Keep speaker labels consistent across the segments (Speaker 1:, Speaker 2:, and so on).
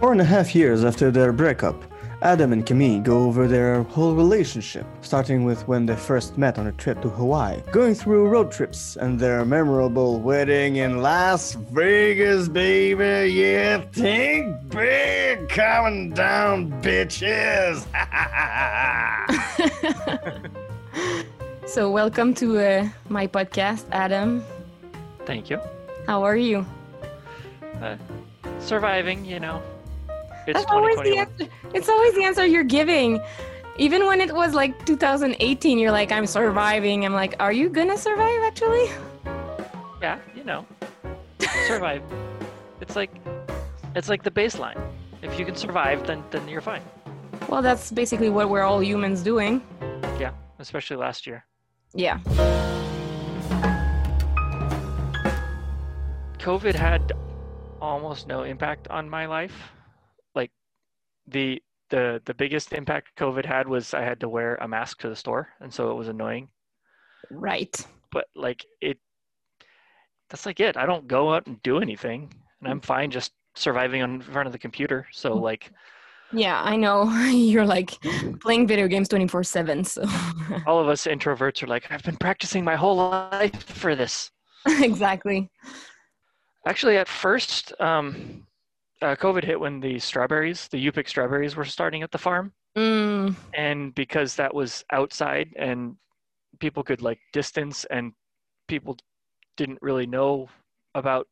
Speaker 1: Four and a half years after their breakup, Adam and Camille go over their whole relationship, starting with when they first met on a trip to Hawaii, going through road trips, and their memorable wedding in Las Vegas, baby. Yeah, think big coming down, bitches.
Speaker 2: So, welcome to uh, my podcast, Adam.
Speaker 3: Thank you.
Speaker 2: How are you?
Speaker 3: Surviving, you know. It's
Speaker 2: That's always the
Speaker 3: 2021.
Speaker 2: answer. It's always the answer you're giving. Even when it was like 2018, you're like, I'm surviving. I'm like, are you gonna survive actually?
Speaker 3: Yeah, you know. Survive. It's like it's like the baseline. If you can survive, then then you're fine.
Speaker 2: Well, that's basically what we're all humans doing.
Speaker 3: Yeah, especially last year.
Speaker 2: Yeah.
Speaker 3: COVID had almost no impact on my life. Like the the the biggest impact COVID had was I had to wear a mask to the store, and so it was annoying.
Speaker 2: Right.
Speaker 3: But like it, that's like it. I don't go out and do anything, and I'm fine just surviving on in front of the computer. So like,
Speaker 2: Yeah, I know. You're like playing video games 24 7. So,
Speaker 3: all of us introverts are like, I've been practicing my whole life for this.
Speaker 2: exactly.
Speaker 3: Actually, at first, um, uh, COVID hit when the strawberries, the Yupik strawberries, were starting at the farm,
Speaker 2: Mm,
Speaker 3: and because that was outside and people could like distance, and people didn't really know about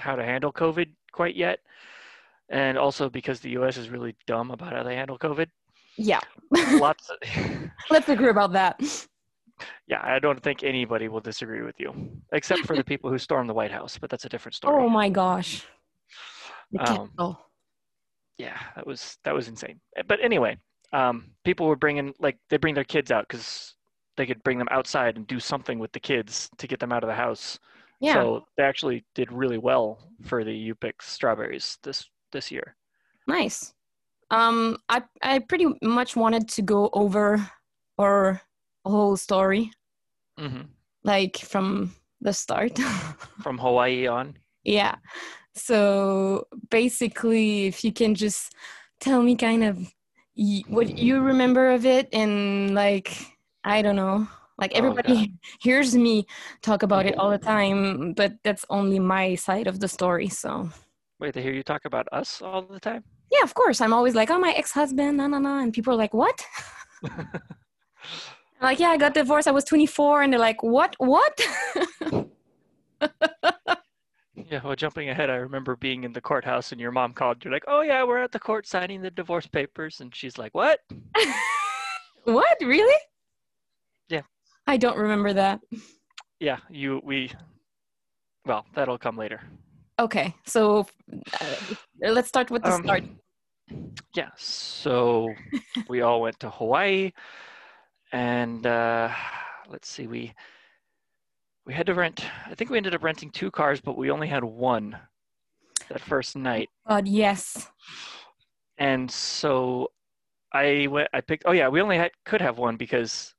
Speaker 3: how to handle COVID quite yet, and also because the U.S. is really dumb about how they handle COVID.
Speaker 2: yeah,
Speaker 3: Lots. Of,
Speaker 2: let's agree about that.
Speaker 3: yeah, I don't think anybody will disagree with you, except for the people who stormed the White House, but that's a different story.
Speaker 2: Oh my gosh. The
Speaker 3: Um,
Speaker 2: capital.
Speaker 3: yeah that was that was insane Uh, but anyway um people were bringing like they bring their kids out because they could bring them outside and do something with the kids to get them out of the house
Speaker 2: yeah.
Speaker 3: so they actually did really well for the upic strawberries this this year
Speaker 2: Nice. Um, I I pretty much wanted to go over our whole story,
Speaker 3: mm-hmm.
Speaker 2: like from the start.
Speaker 3: from hawaii on
Speaker 2: yeah. So basically, if you can just tell me kind of y- what you remember of it, and like I don't know, like
Speaker 3: Oh,
Speaker 2: everybody
Speaker 3: God.
Speaker 2: hears me talk about it all the time, but that's only my side of the story. So
Speaker 3: wait they hear you talk about us all the time
Speaker 2: yeah, of course, I'm always like, oh, my ex-husband, na na na, and people are like, what? I'm like, yeah, I got divorced. I was 24, and they're like, what? What?
Speaker 3: yeah well jumping ahead i remember being in the courthouse and your mom called you're like oh yeah we're at the court signing the divorce papers and she's like what
Speaker 2: what? Really?
Speaker 3: Yeah.
Speaker 2: I don't remember that.
Speaker 3: yeah you we well that'll come later
Speaker 2: Okay, so uh, let's start with the
Speaker 3: Um,
Speaker 2: start.
Speaker 3: Yeah, so we all went to Hawaii, and uh, let's see, we we had to rent. I think we ended up renting two cars, but we only had one that first night.
Speaker 2: God, yes.
Speaker 3: And so I went. I picked. Oh yeah, we only had could have one because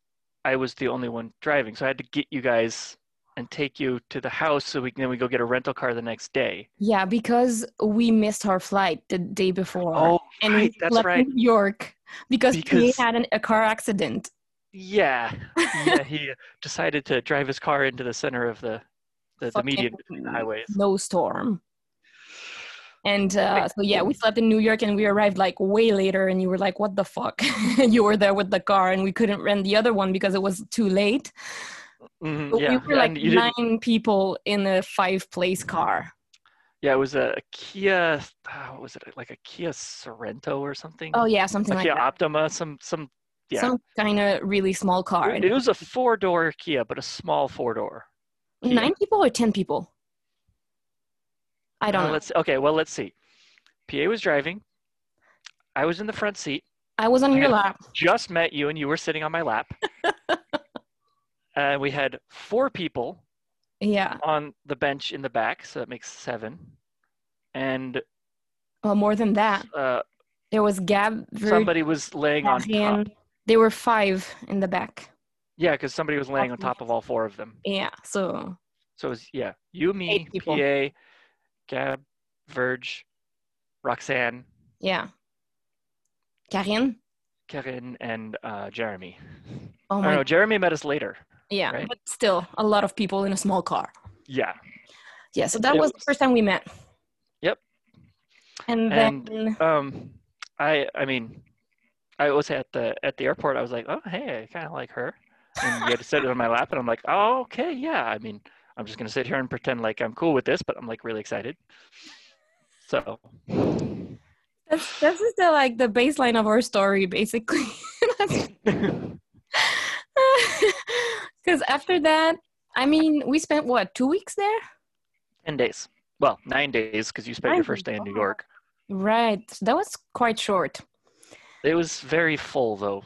Speaker 3: I was the only one driving. So I had to get you guys and take you to the house so we can then we go get a rental car the next day.
Speaker 2: Yeah, because we missed our flight the day before.
Speaker 3: Oh,
Speaker 2: and
Speaker 3: right,
Speaker 2: we
Speaker 3: that's
Speaker 2: left
Speaker 3: right.
Speaker 2: New York because, we
Speaker 3: Because-
Speaker 2: had an, a car accident.
Speaker 3: Yeah, yeah, he decided to drive his car into the center of the the, the median between the
Speaker 2: Fucking
Speaker 3: highways.
Speaker 2: snowstorm. And uh, so yeah, we slept in New York, and we arrived like way later. And you were like, "What the fuck?" you were there with the car, and we couldn't rent the other one because it was too late.
Speaker 3: Mhm,
Speaker 2: But
Speaker 3: yeah,
Speaker 2: we were
Speaker 3: yeah,
Speaker 2: like
Speaker 3: and you
Speaker 2: nine
Speaker 3: didn't,
Speaker 2: people in a five-place car.
Speaker 3: yeah, it was a Kia. Uh, what was it like a Kia Sorrento or something?
Speaker 2: Oh yeah, something
Speaker 3: a
Speaker 2: like
Speaker 3: Kia
Speaker 2: that.
Speaker 3: Optima, some some. Yeah,
Speaker 2: Some kind of really small car.
Speaker 3: it, it was a four door Kia, but a small four door. Kia.
Speaker 2: Nine people or ten people? I don't know.
Speaker 3: Uh, Let's okay. Well, let's see. PA was driving. I was in the front seat.
Speaker 2: I was on your
Speaker 3: had-
Speaker 2: lap.
Speaker 3: Just met you, and you were sitting on my lap. And we had four people
Speaker 2: Yeah,
Speaker 3: on the bench in the back, so that makes seven. And
Speaker 2: well, more than that.
Speaker 3: uh,
Speaker 2: There was Gab, Vir-
Speaker 3: somebody was laying on top.
Speaker 2: Adrian. They were five in the back.
Speaker 3: Yeah, because somebody was laying on top of all four of them.
Speaker 2: Yeah. So
Speaker 3: So it was, yeah, you, me,
Speaker 2: Eight people.
Speaker 3: PA, Gab, Verge, Roxanne,
Speaker 2: Yeah. Karin?
Speaker 3: Karen and uh, Jeremy.
Speaker 2: Oh
Speaker 3: I don't
Speaker 2: my.
Speaker 3: know. Jeremy met us later.
Speaker 2: yeah.
Speaker 3: right.
Speaker 2: But still, a lot of people in a small car.
Speaker 3: Yeah.
Speaker 2: Yeah. So that
Speaker 3: It
Speaker 2: was the
Speaker 3: was-
Speaker 2: first time we met.
Speaker 3: Yep.
Speaker 2: And
Speaker 3: And-
Speaker 2: then,
Speaker 3: Um, I I mean, I was at the at the airport. I was like, oh hey, I kind of like her. And you had to sit on my lap, and I'm like, oh okay, yeah. I mean, I'm just gonna sit here and pretend like I'm cool with this, but I'm like really excited. So
Speaker 2: that's, this is the like the baseline of our story, basically. Because after that, I mean, we spent what two weeks there,
Speaker 3: ten days. Well, nine days because you spent
Speaker 2: Nine
Speaker 3: your first day in New
Speaker 2: days, wow.
Speaker 3: York.
Speaker 2: right? So that was quite short,
Speaker 3: It was very full though.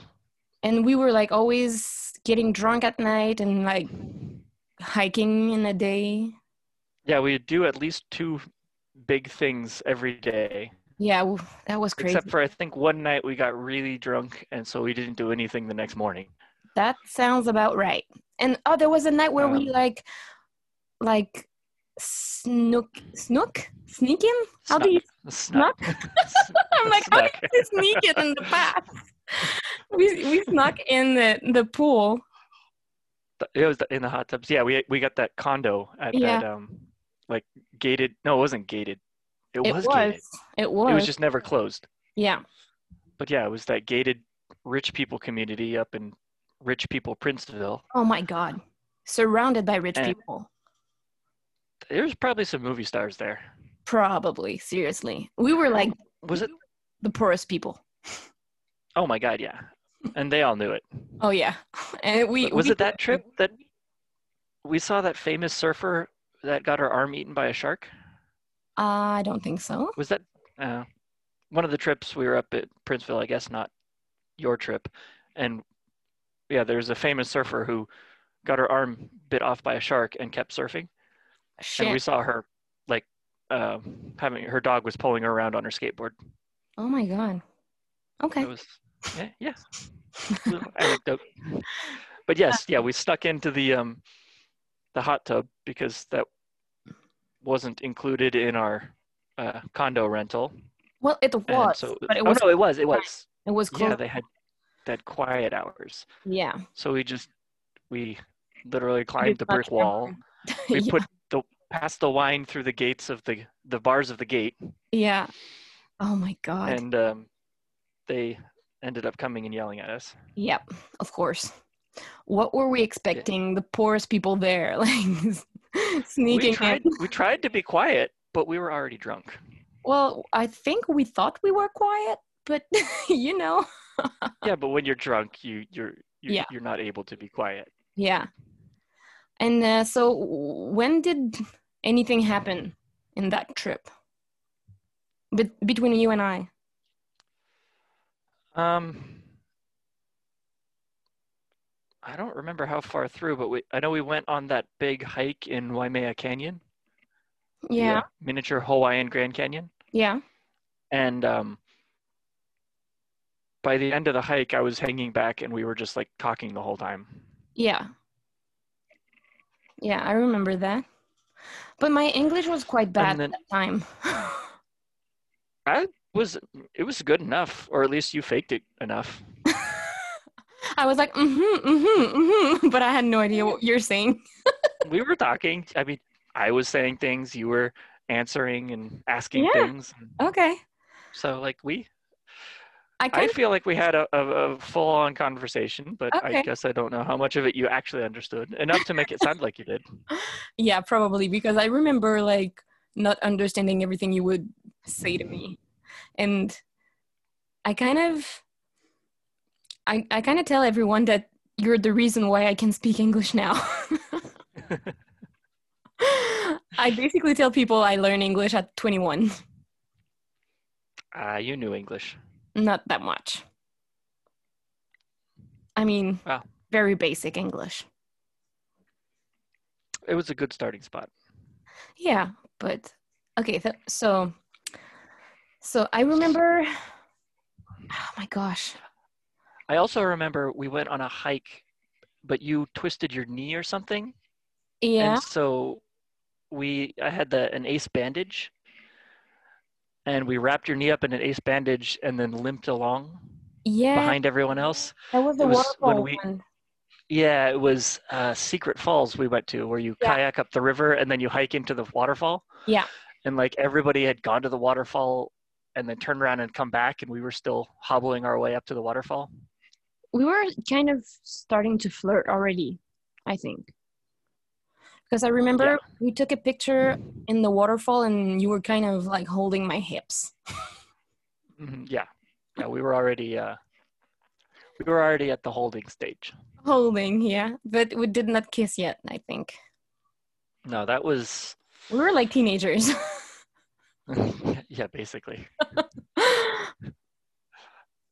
Speaker 2: and we were like always getting drunk at night and like hiking in a day.
Speaker 3: Yeah, we do at least two big things every day.
Speaker 2: Yeah, w- that was crazy.
Speaker 3: Except for I think one night we got really drunk, and so we didn't do anything the next morning.
Speaker 2: That sounds about right. And oh, there was a night where we
Speaker 3: Um,
Speaker 2: like, like, snook, snook, sneak in. How do you?
Speaker 3: Snuck.
Speaker 2: I'm like, how do you sneak it in the bath? we we snuck in the the pool.
Speaker 3: It was in the hot tubs. Yeah, we we got that condo at
Speaker 2: Yeah.
Speaker 3: that um like gated. No, it wasn't gated. It,
Speaker 2: It
Speaker 3: was,
Speaker 2: was.
Speaker 3: gated.
Speaker 2: It was.
Speaker 3: It was just never closed.
Speaker 2: yeah.
Speaker 3: But yeah, it was that gated rich people community up in rich people Princeville.
Speaker 2: Oh my God. Surrounded by rich
Speaker 3: And-
Speaker 2: people.
Speaker 3: There was probably some movie stars there.
Speaker 2: Probably. Seriously. We were like
Speaker 3: Was it?
Speaker 2: the poorest people.
Speaker 3: Oh my God, yeah. And they all knew it.
Speaker 2: Oh yeah. And we
Speaker 3: was
Speaker 2: we-
Speaker 3: it that trip that we saw that famous surfer that got her arm eaten by a shark?
Speaker 2: I don't think so.
Speaker 3: Was that uh, one of the trips we were up at Princeville? I guess not your trip. And yeah, there's a famous surfer who got her arm bit off by a shark and kept surfing. And we
Speaker 2: Shit.
Speaker 3: saw her like um, having her dog was pulling her around on her skateboard.
Speaker 2: Oh my God. Okay.
Speaker 3: It was yeah, yeah. Little anecdote. But yes, yeah, we stuck into the um the hot tub because that wasn't included in our uh, condo rental.
Speaker 2: Well, it
Speaker 3: And
Speaker 2: was,
Speaker 3: so
Speaker 2: but it
Speaker 3: oh,
Speaker 2: was
Speaker 3: no, it was, it was.
Speaker 2: it was
Speaker 3: Yeah,
Speaker 2: close.
Speaker 3: they had that quiet hours.
Speaker 2: Yeah.
Speaker 3: So we just we literally climbed the
Speaker 2: touch
Speaker 3: brick wall. We
Speaker 2: yeah.
Speaker 3: put the passed the wine through the gates of the the bars of the gate
Speaker 2: yeah. Oh my God.
Speaker 3: and um they ended up coming and yelling at us.
Speaker 2: Yep, of course. What were we expecting? The poorest people there, like
Speaker 3: We
Speaker 2: sneaking
Speaker 3: tried,
Speaker 2: in.
Speaker 3: we tried to be quiet, but we were already drunk.
Speaker 2: Well, I think we thought we were quiet, but you know,
Speaker 3: Yeah, but when you're drunk, you you're you're,
Speaker 2: Uh-huh. Yeah.
Speaker 3: you're not able to be quiet.
Speaker 2: yeah. And uh, so, w- when did anything happen in that trip? But between you and I,
Speaker 3: Um, I don't remember how far through, but we I know we went on that big hike in Waimea Canyon. the, uh,
Speaker 2: yeah,
Speaker 3: miniature Hawaiian Grand Canyon,
Speaker 2: yeah,
Speaker 3: and um. By the end of the hike, I was hanging back, and we were just like talking the whole time.
Speaker 2: yeah, yeah. I remember that. But my English was quite bad
Speaker 3: And then-
Speaker 2: at that time.
Speaker 3: Was it was good enough, or at least you faked it enough.
Speaker 2: I was like, mm-hmm, mm-hmm, mm-hmm, but I had no idea what you're saying.
Speaker 3: we were talking. I mean, I was saying things, you were answering and asking
Speaker 2: Yeah.
Speaker 3: things.
Speaker 2: Okay.
Speaker 3: So like we,
Speaker 2: I
Speaker 3: I
Speaker 2: kind
Speaker 3: feel like we had a, a, a full on conversation, but I
Speaker 2: Okay.
Speaker 3: guess I don't know how much of it you actually understood enough to make it sound like you did.
Speaker 2: yeah, probably because I remember like not understanding everything you would say to me. And I kind of I, I kind of tell everyone that you're the reason why I can speak English now. I basically tell people I learned English at 21,
Speaker 3: Ah, you knew English.
Speaker 2: not that much. I mean,
Speaker 3: Wow.
Speaker 2: very basic English.
Speaker 3: It was a good starting spot.
Speaker 2: Yeah, but okay, th- so so I remember Oh my gosh.
Speaker 3: I also remember we went on a hike, but you twisted your knee or something,
Speaker 2: Yeah.
Speaker 3: and so we I had the an ace bandage, and we wrapped your knee up in an ace bandage and then limped along
Speaker 2: Yeah,
Speaker 3: behind everyone else.
Speaker 2: that was
Speaker 3: it
Speaker 2: the
Speaker 3: was
Speaker 2: waterfall
Speaker 3: when we-
Speaker 2: one.
Speaker 3: Yeah, it was uh, Secret Falls we went to, where you
Speaker 2: Yeah.
Speaker 3: kayak up the river and then you hike into the waterfall.
Speaker 2: Yeah.
Speaker 3: And like everybody had gone to the waterfall and then turned around and come back, and we were still hobbling our way up to the waterfall.
Speaker 4: We were kind of starting to flirt already, I think.
Speaker 2: Because I remember we took a picture in the waterfall and you were kind of like holding my hips.
Speaker 3: Mhm, Yeah. Yeah, we were already uh, we were already at the holding stage.
Speaker 2: Holding, yeah. But we did not kiss yet, I think.
Speaker 3: No, that was
Speaker 2: We were like teenagers.
Speaker 3: yeah, basically.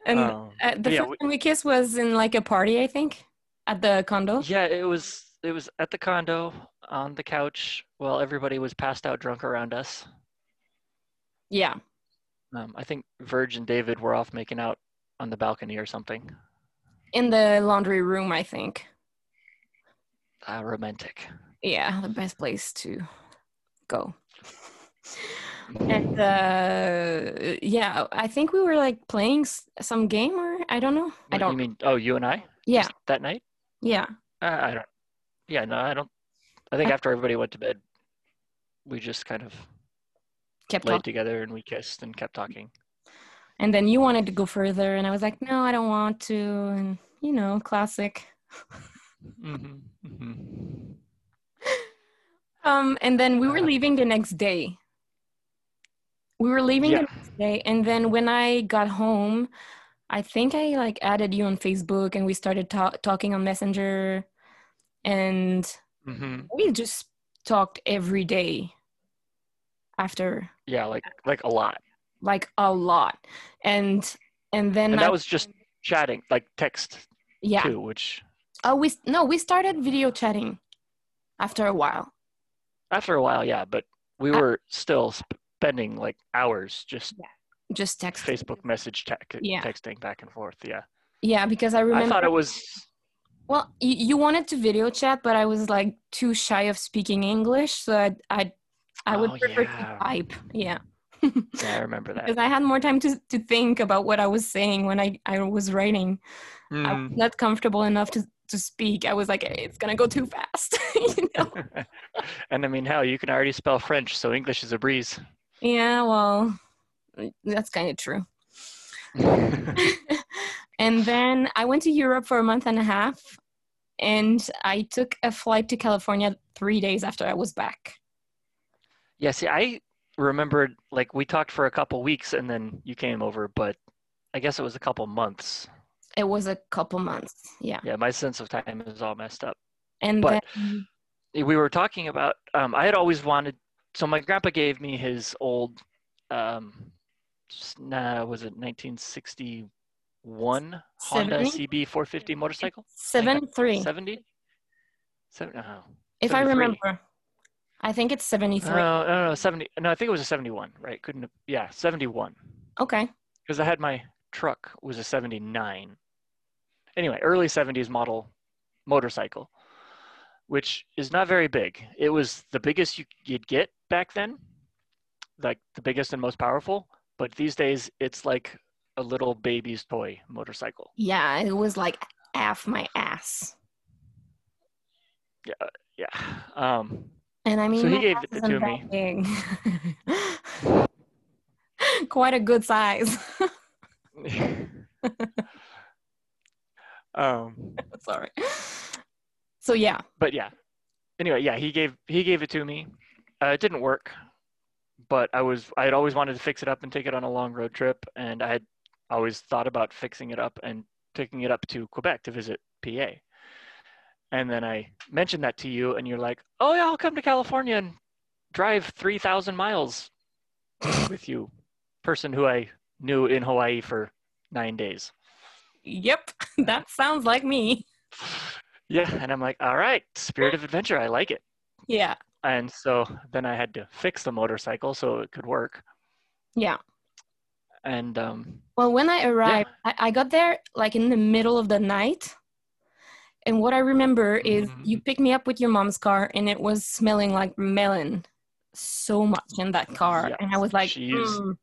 Speaker 2: and
Speaker 3: Um,
Speaker 2: uh, the
Speaker 3: yeah,
Speaker 2: first
Speaker 3: we-
Speaker 2: time we kissed was in like a party, I think, at the condo.
Speaker 3: yeah, it was it was at the condo on the couch while everybody was passed out drunk around us.
Speaker 2: Yeah.
Speaker 3: Um, I think Verge and David were off making out on the balcony or something.
Speaker 2: In the laundry room, I think.
Speaker 3: Ah, romantic.
Speaker 2: Yeah, the best place to go. And uh, yeah, I think we were like playing s- some game or I don't know. I
Speaker 3: What,
Speaker 2: don't.
Speaker 3: You mean? Oh, you and I?
Speaker 2: yeah,
Speaker 3: Just that night?
Speaker 2: yeah.
Speaker 3: Uh, I don't. Yeah, no, I don't. I think
Speaker 2: I-
Speaker 3: after everybody went to bed, we just kind of
Speaker 2: Kept
Speaker 3: laid
Speaker 2: talking.
Speaker 3: together and we kissed and kept talking.
Speaker 2: And then you wanted to go further, and I was like, no, I don't want to. And you know, classic.
Speaker 3: hmm hmm
Speaker 2: Um, and then we were
Speaker 3: Uh.
Speaker 2: leaving the next day. We were leaving
Speaker 3: Yeah.
Speaker 2: the next day, and then when I got home, I think I like added you on Facebook, and we started ta- talking on Messenger, and
Speaker 3: hmm
Speaker 2: we just talked every day after
Speaker 3: Yeah, like like a lot.
Speaker 2: like a lot and and then
Speaker 3: And
Speaker 2: I,
Speaker 3: that was just chatting, like text
Speaker 2: yeah
Speaker 3: too, which
Speaker 2: oh we no we started video chatting after a while
Speaker 3: after a while, yeah, but we
Speaker 2: I-
Speaker 3: were still spending like hours just
Speaker 2: just text
Speaker 3: Facebook message tech
Speaker 2: Yeah.
Speaker 3: texting back and forth. Yeah.
Speaker 2: yeah because i remember
Speaker 3: I thought it was
Speaker 2: well you, you wanted to video chat but i was like too shy of speaking english so i i, I would
Speaker 3: Oh,
Speaker 2: prefer
Speaker 3: yeah.
Speaker 2: to type yeah
Speaker 3: yeah, I remember
Speaker 2: because
Speaker 3: that.
Speaker 2: i had more time to, to think about what i was saying when i, I was writing i was
Speaker 3: Mm.
Speaker 2: not comfortable enough to to speak i was like it's gonna go too fast you know
Speaker 3: and I mean, hell, you can already spell French, so English is a breeze.
Speaker 2: yeah well that's kind of true and then I went to Europe for a month and a half, and I took a flight to California three days after I was back.
Speaker 3: yeah, see, I remembered like we talked for a couple weeks and then you came over, but I guess it was a couple months.
Speaker 2: It was a couple months, yeah.
Speaker 3: Yeah, my sense of time is all messed up.
Speaker 2: And
Speaker 3: But-
Speaker 2: then,
Speaker 3: we were talking about um, i had always wanted so my grandpa gave me his old um, s- nah, was it 1961 honda
Speaker 2: 70?
Speaker 3: cb 450 motorcycle
Speaker 2: seven three,
Speaker 3: 70 Seven, oh,
Speaker 2: if I
Speaker 3: 73.
Speaker 2: remember. I think it's seventy
Speaker 3: no,
Speaker 2: three.
Speaker 3: no, no, 70. No, I think it was a 71, right? Couldn't have, yeah, 71.
Speaker 2: okay,
Speaker 3: Because I had my truck was a 79. Anyway, early 70s model motorcycle, which is not very big. It was the biggest you, you'd get back then, like the biggest and most powerful. But these days, it's like a little baby's toy motorcycle.
Speaker 2: yeah, it was like half my ass.
Speaker 3: Yeah. Um,
Speaker 2: And I mean,
Speaker 3: he
Speaker 2: my
Speaker 3: gave
Speaker 2: ass
Speaker 3: it to
Speaker 2: isn't
Speaker 3: me.
Speaker 2: that big. Quite a good size.
Speaker 3: um,
Speaker 2: Sorry. So yeah,
Speaker 3: but yeah anyway yeah he gave he gave it to me uh, it didn't work but i was i had always wanted to fix it up and take it on a long road trip and i had always thought about fixing it up and taking it up to quebec to visit pa and then i mentioned that to you and you're like oh yeah i'll come to california and drive 3000 miles with you person who i knew in hawaii for nine days
Speaker 2: yep, that sounds like me.
Speaker 3: yeah and i'm like all right spirit of adventure i like it
Speaker 2: Yeah.
Speaker 3: and so then I had to fix the motorcycle so it could work.
Speaker 2: Yeah.
Speaker 3: And um,
Speaker 2: Well, when I arrived, I, I got there like in the middle of the night. And what I remember is
Speaker 3: Mhm.
Speaker 2: you picked me up with your mom's car and it was smelling like melon so much in that car.
Speaker 3: Yeah.
Speaker 2: And I was like,
Speaker 3: She used-
Speaker 2: "Mm,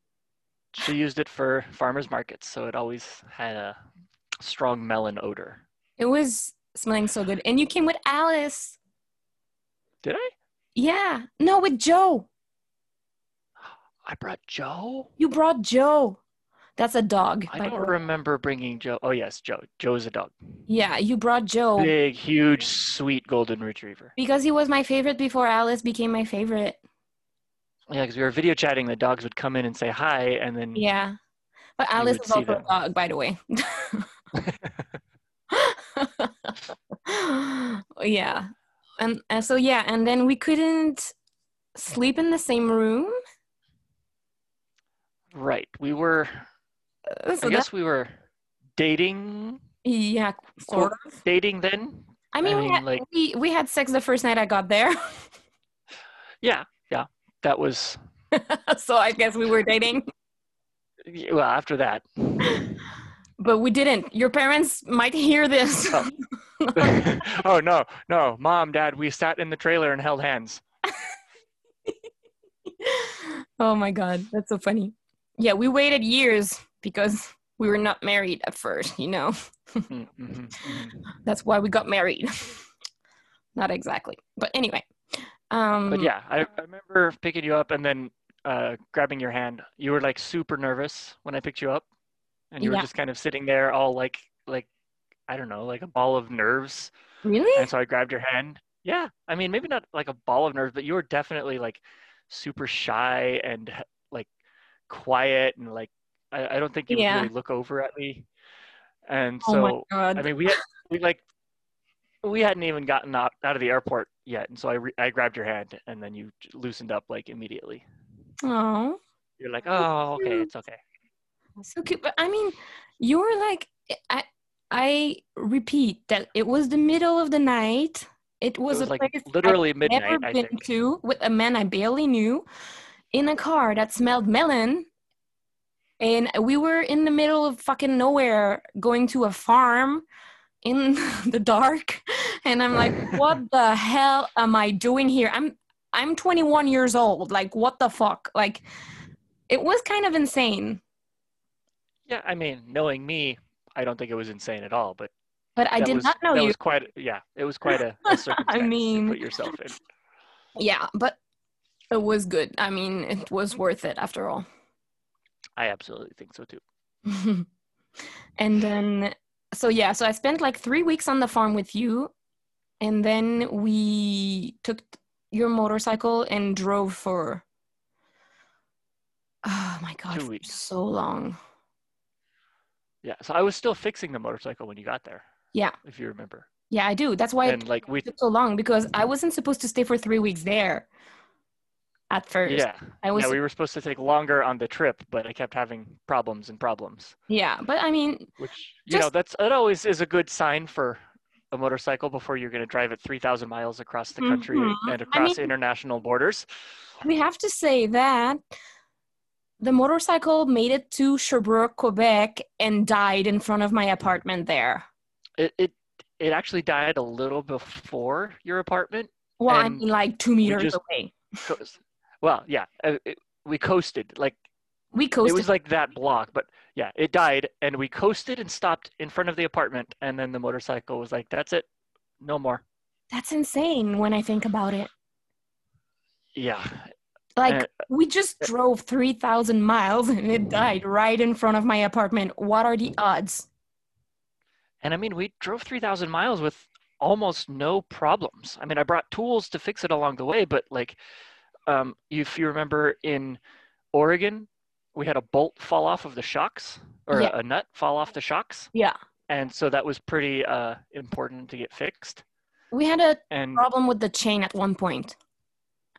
Speaker 3: she used it for farmers markets, so it always had a strong melon odor.
Speaker 2: It was smelling so good. And you came with Alice.
Speaker 3: Did I?
Speaker 2: Yeah. No, with Joe.
Speaker 3: I brought Joe.
Speaker 2: You brought Joe. That's a dog.
Speaker 3: I
Speaker 2: by
Speaker 3: don't
Speaker 2: the way.
Speaker 3: remember bringing Joe. Oh yes, Joe. Joe's a dog.
Speaker 2: Yeah, you brought Joe
Speaker 3: Big, huge, sweet golden retriever.
Speaker 2: because he was my favorite before Alice became my favorite.
Speaker 3: Yeah, because we were video chatting. The dogs would come in and say hi, and then
Speaker 2: Yeah. But
Speaker 3: Mm-hmm. You
Speaker 2: Alice
Speaker 3: would
Speaker 2: is
Speaker 3: see
Speaker 2: also
Speaker 3: that.
Speaker 2: a dog, by the way. yeah. And, and so, yeah. And then we couldn't sleep in the same room.
Speaker 3: right, we were.
Speaker 2: Uh, So that,
Speaker 3: I guess we were dating,
Speaker 2: yeah, sort of.
Speaker 3: dating then.
Speaker 2: I mean, we,
Speaker 3: mean,
Speaker 2: had,
Speaker 3: like-
Speaker 2: we, we had sex the first night I got there.
Speaker 3: Yeah, yeah. That was
Speaker 2: so I guess we were dating,
Speaker 3: well after that.
Speaker 2: but we didn't. Your parents might hear this.
Speaker 3: Oh. oh no, no, mom, dad, we sat in the trailer and held hands.
Speaker 2: oh my god, that's so funny. Yeah, we waited years because we were not married at first, you know.
Speaker 3: Mm, mhm, mhm.
Speaker 2: That's why we got married. not exactly. But anyway. Um
Speaker 3: But yeah, I, I remember picking you up and then uh, grabbing your hand. You were like super nervous when I picked you up, and you were
Speaker 2: Yeah.
Speaker 3: just kind of sitting there, all like like I don't know, like a ball of nerves.
Speaker 2: really?
Speaker 3: And so I grabbed your hand. Yeah, I mean, maybe not like a ball of nerves, but you were definitely like super shy and h- like quiet and like I, I don't think you
Speaker 2: Yeah.
Speaker 3: would really look over at me. And
Speaker 2: oh my
Speaker 3: so
Speaker 2: god.
Speaker 3: I mean, we had, we like we hadn't even gotten out, out of the airport yet, and so I re- I grabbed your hand and then you j- loosened up like immediately.
Speaker 2: oh,
Speaker 3: You're like, oh, okay, it's okay.
Speaker 2: so cute. But I mean, you were like I I repeat that it was the middle of the night. It
Speaker 3: It
Speaker 2: was,
Speaker 3: was
Speaker 2: a
Speaker 3: like
Speaker 2: place I
Speaker 3: literally midnight.
Speaker 2: never
Speaker 3: I
Speaker 2: been
Speaker 3: think.
Speaker 2: to with a man I barely knew in a car that smelled melon. And we were in the middle of fucking nowhere going to a farm in the dark. And I'm like, what the hell am I doing here? I'm I'm 21 years old. Like what the fuck? Like it was kind of insane.
Speaker 3: Yeah, I mean, knowing me, I don't think it was insane at all, but
Speaker 2: But I
Speaker 3: that
Speaker 2: did
Speaker 3: was-
Speaker 2: not know
Speaker 3: that
Speaker 2: you.
Speaker 3: was quite yeah it was quite a, a circumstance
Speaker 2: mean-
Speaker 3: to put yourself in
Speaker 2: yeah, but it was good. I mean, it was worth it after all.
Speaker 3: i absolutely think so too
Speaker 2: and then so yeah so i spent like three weeks on the farm with you and then we took your motorcycle and drove for oh my god
Speaker 3: Two
Speaker 2: for
Speaker 3: weeks.
Speaker 2: so long
Speaker 3: yeah so i was still fixing the motorcycle when you got there
Speaker 2: Yeah.
Speaker 3: if you remember
Speaker 2: yeah i do that's why
Speaker 3: and like we
Speaker 2: it took so long because i wasn't supposed to stay for three weeks there at first
Speaker 3: yeah
Speaker 2: i was
Speaker 3: yeah we were supposed to take longer on the trip but i kept having problems and problems
Speaker 2: yeah but i mean
Speaker 3: which you know
Speaker 2: Just-
Speaker 3: that's that always is a good sign for a motorcycle before you're going to drive it 3000 miles across the country
Speaker 2: Mhm.
Speaker 3: and across
Speaker 2: mean-
Speaker 3: international borders
Speaker 2: we have to say that the motorcycle made it to Sherbrooke, Quebec, and died in front of my apartment there.
Speaker 3: it, it it actually died a little before your apartment
Speaker 2: Well, I
Speaker 3: And
Speaker 2: mean, like two meters
Speaker 3: just-
Speaker 2: away.
Speaker 3: Co- well yeah uh, it- we coasted like
Speaker 2: We
Speaker 3: It
Speaker 2: coasted.
Speaker 3: was like that block, but yeah, it died, and we coasted and stopped in front of the apartment, and then the motorcycle was like, "That's it, no more."
Speaker 2: That's insane when I think about it.
Speaker 3: Yeah,
Speaker 2: Like,
Speaker 3: Uh,
Speaker 2: we just drove 3,000 miles and
Speaker 3: Mm.
Speaker 2: it died right in front of my apartment. What are the odds?
Speaker 3: and I mean, we drove three thousand miles with almost no problems. I mean, I brought tools to fix it along the way, but like, um, if you remember in Oregon, we had a bolt fall off of the shocks or a-
Speaker 2: Yeah.
Speaker 3: a, nut fall off the shocks.
Speaker 2: Yeah.
Speaker 3: and so that was pretty uh, important to get fixed.
Speaker 2: We had a
Speaker 3: And
Speaker 2: problem with the chain at one point.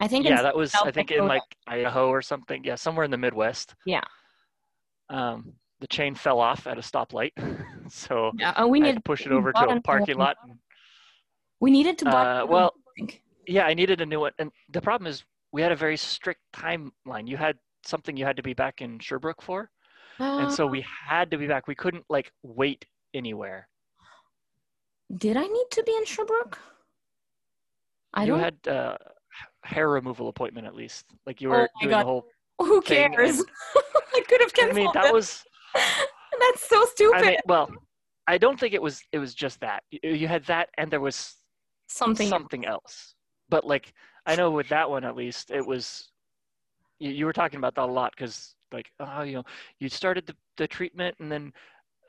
Speaker 2: I think in
Speaker 3: yeah, that was
Speaker 2: South
Speaker 3: I think in
Speaker 2: Dakota.
Speaker 3: like Idaho or something. Yeah, somewhere in the Midwest.
Speaker 2: Yeah.
Speaker 3: Um, the chain fell off at a stoplight, so
Speaker 2: Yeah, uh, we,
Speaker 3: I had to
Speaker 2: need,
Speaker 3: push it
Speaker 2: we
Speaker 3: over
Speaker 2: bought
Speaker 3: to
Speaker 2: an
Speaker 3: a parking
Speaker 2: old
Speaker 3: lot.
Speaker 2: we needed to buy.
Speaker 3: Uh,
Speaker 2: another one,
Speaker 3: well,
Speaker 2: I think.
Speaker 3: yeah, I needed a new one, and the problem is we had a very strict timeline. You had something you had to be back in Sherbrooke for, and
Speaker 2: Uh,
Speaker 3: so we had to be back. We couldn't like wait anywhere.
Speaker 2: Did I need to be in Sherbrooke? I
Speaker 3: you
Speaker 2: don't.
Speaker 3: had uh, hair removal appointment at least. Like you
Speaker 2: Oh
Speaker 3: were
Speaker 2: my
Speaker 3: doing
Speaker 2: God.
Speaker 3: the whole
Speaker 2: who
Speaker 3: thing
Speaker 2: cares?
Speaker 3: and
Speaker 2: I could have
Speaker 3: I
Speaker 2: canceled
Speaker 3: mean, that
Speaker 2: them.
Speaker 3: was.
Speaker 2: That's so stupid.
Speaker 3: I mean, well, I don't think it was. It was just that you, you had that, and there was
Speaker 2: Something.
Speaker 3: something else. But like, I know with that one at least, it was. You, you were talking about that a lot because, like, oh, you know, you started the, the treatment, and then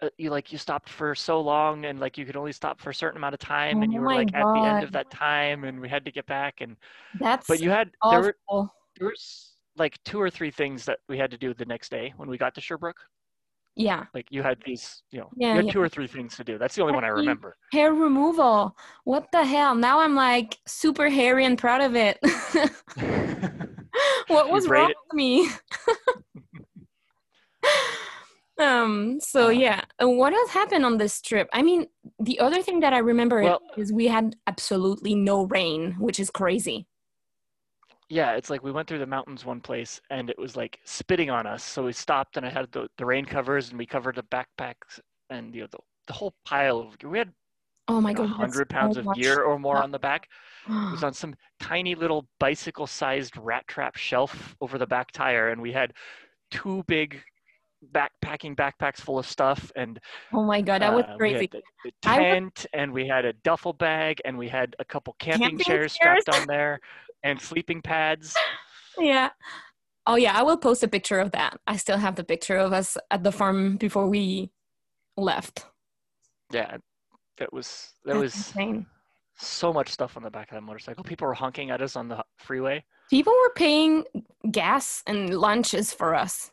Speaker 3: uh, you like you stopped for so long, and like you could only stop for a certain amount of time, and
Speaker 2: Oh
Speaker 3: you were
Speaker 2: my
Speaker 3: like at the end of
Speaker 2: God.
Speaker 3: that time, and we had to get back, and
Speaker 2: That's
Speaker 3: but you had there
Speaker 2: awful.
Speaker 3: were there was like two or three things that we had to do the next day when we got to Sherbrooke.
Speaker 2: Yeah.
Speaker 3: Like you had these, you know,
Speaker 2: Yeah,
Speaker 3: you had
Speaker 2: yeah.
Speaker 3: two or three things to do. That's the only one I
Speaker 2: Happy-
Speaker 3: remember.
Speaker 2: Hair removal. What the hell? Now I'm like super hairy and proud of it. what
Speaker 3: You
Speaker 2: was
Speaker 3: braid
Speaker 2: wrong
Speaker 3: it.
Speaker 2: with me? um. So
Speaker 3: Uh.
Speaker 2: yeah. Uh, What else happened on this trip? I mean, the other thing that I remember is
Speaker 3: Well-
Speaker 2: we had absolutely no rain, which is crazy.
Speaker 3: yeah, it's like we went through the mountains one place and it was like spitting on us. So we stopped and I had the, the rain covers and we covered the backpacks and you know, the, the whole pile of gear. We had
Speaker 2: Oh my
Speaker 3: like
Speaker 2: god. that's
Speaker 3: 100
Speaker 2: so
Speaker 3: pounds of
Speaker 2: much. Oh
Speaker 3: gear or more
Speaker 2: stuff.
Speaker 3: on the back. It was on some tiny little bicycle sized rat trap shelf over the back tire. And we had two big backpacking backpacks full of stuff and
Speaker 2: Oh my god, that was
Speaker 3: Uh, we had
Speaker 2: crazy.
Speaker 3: the, the
Speaker 2: I would-
Speaker 3: tent, and we had a duffel bag, and we had a couple camping,
Speaker 2: Camping
Speaker 3: chairs
Speaker 2: chairs?
Speaker 3: strapped on there, and sleeping pads.
Speaker 2: Yeah. Oh yeah, I will post a picture of that. I still have the picture of us at the farm before we left.
Speaker 3: Yeah, that was that
Speaker 2: That's
Speaker 3: was
Speaker 2: insane.
Speaker 3: so much stuff on the back of that motorcycle. People were honking at us on the freeway.
Speaker 2: People were paying gas and lunches for us.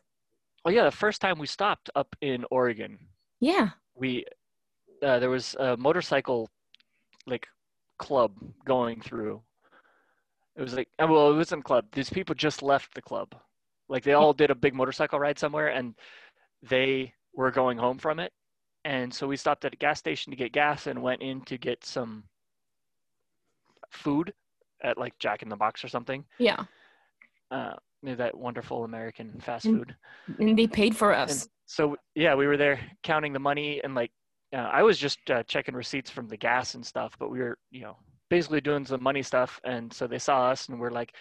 Speaker 3: Oh yeah, the first time we stopped up in Oregon,
Speaker 2: Yeah.
Speaker 3: we uh, there was a motorcycle like club going through. It was like uh, well, it wasn't a club. These people just left the club. Like they all did a big motorcycle ride somewhere, and they were going home from it. And so we stopped at a gas station to get gas and went in to get some food at like Jack in the Box or something.
Speaker 2: Yeah.
Speaker 3: Uh, you know, that wonderful American fast
Speaker 2: Mm.
Speaker 3: food.
Speaker 2: And they paid for
Speaker 3: And
Speaker 2: us.
Speaker 3: so yeah, we were there counting the money and like uh, I was just uh, checking receipts from the gas and stuff, but we were you know basically doing some money stuff, and so they saw us and we're like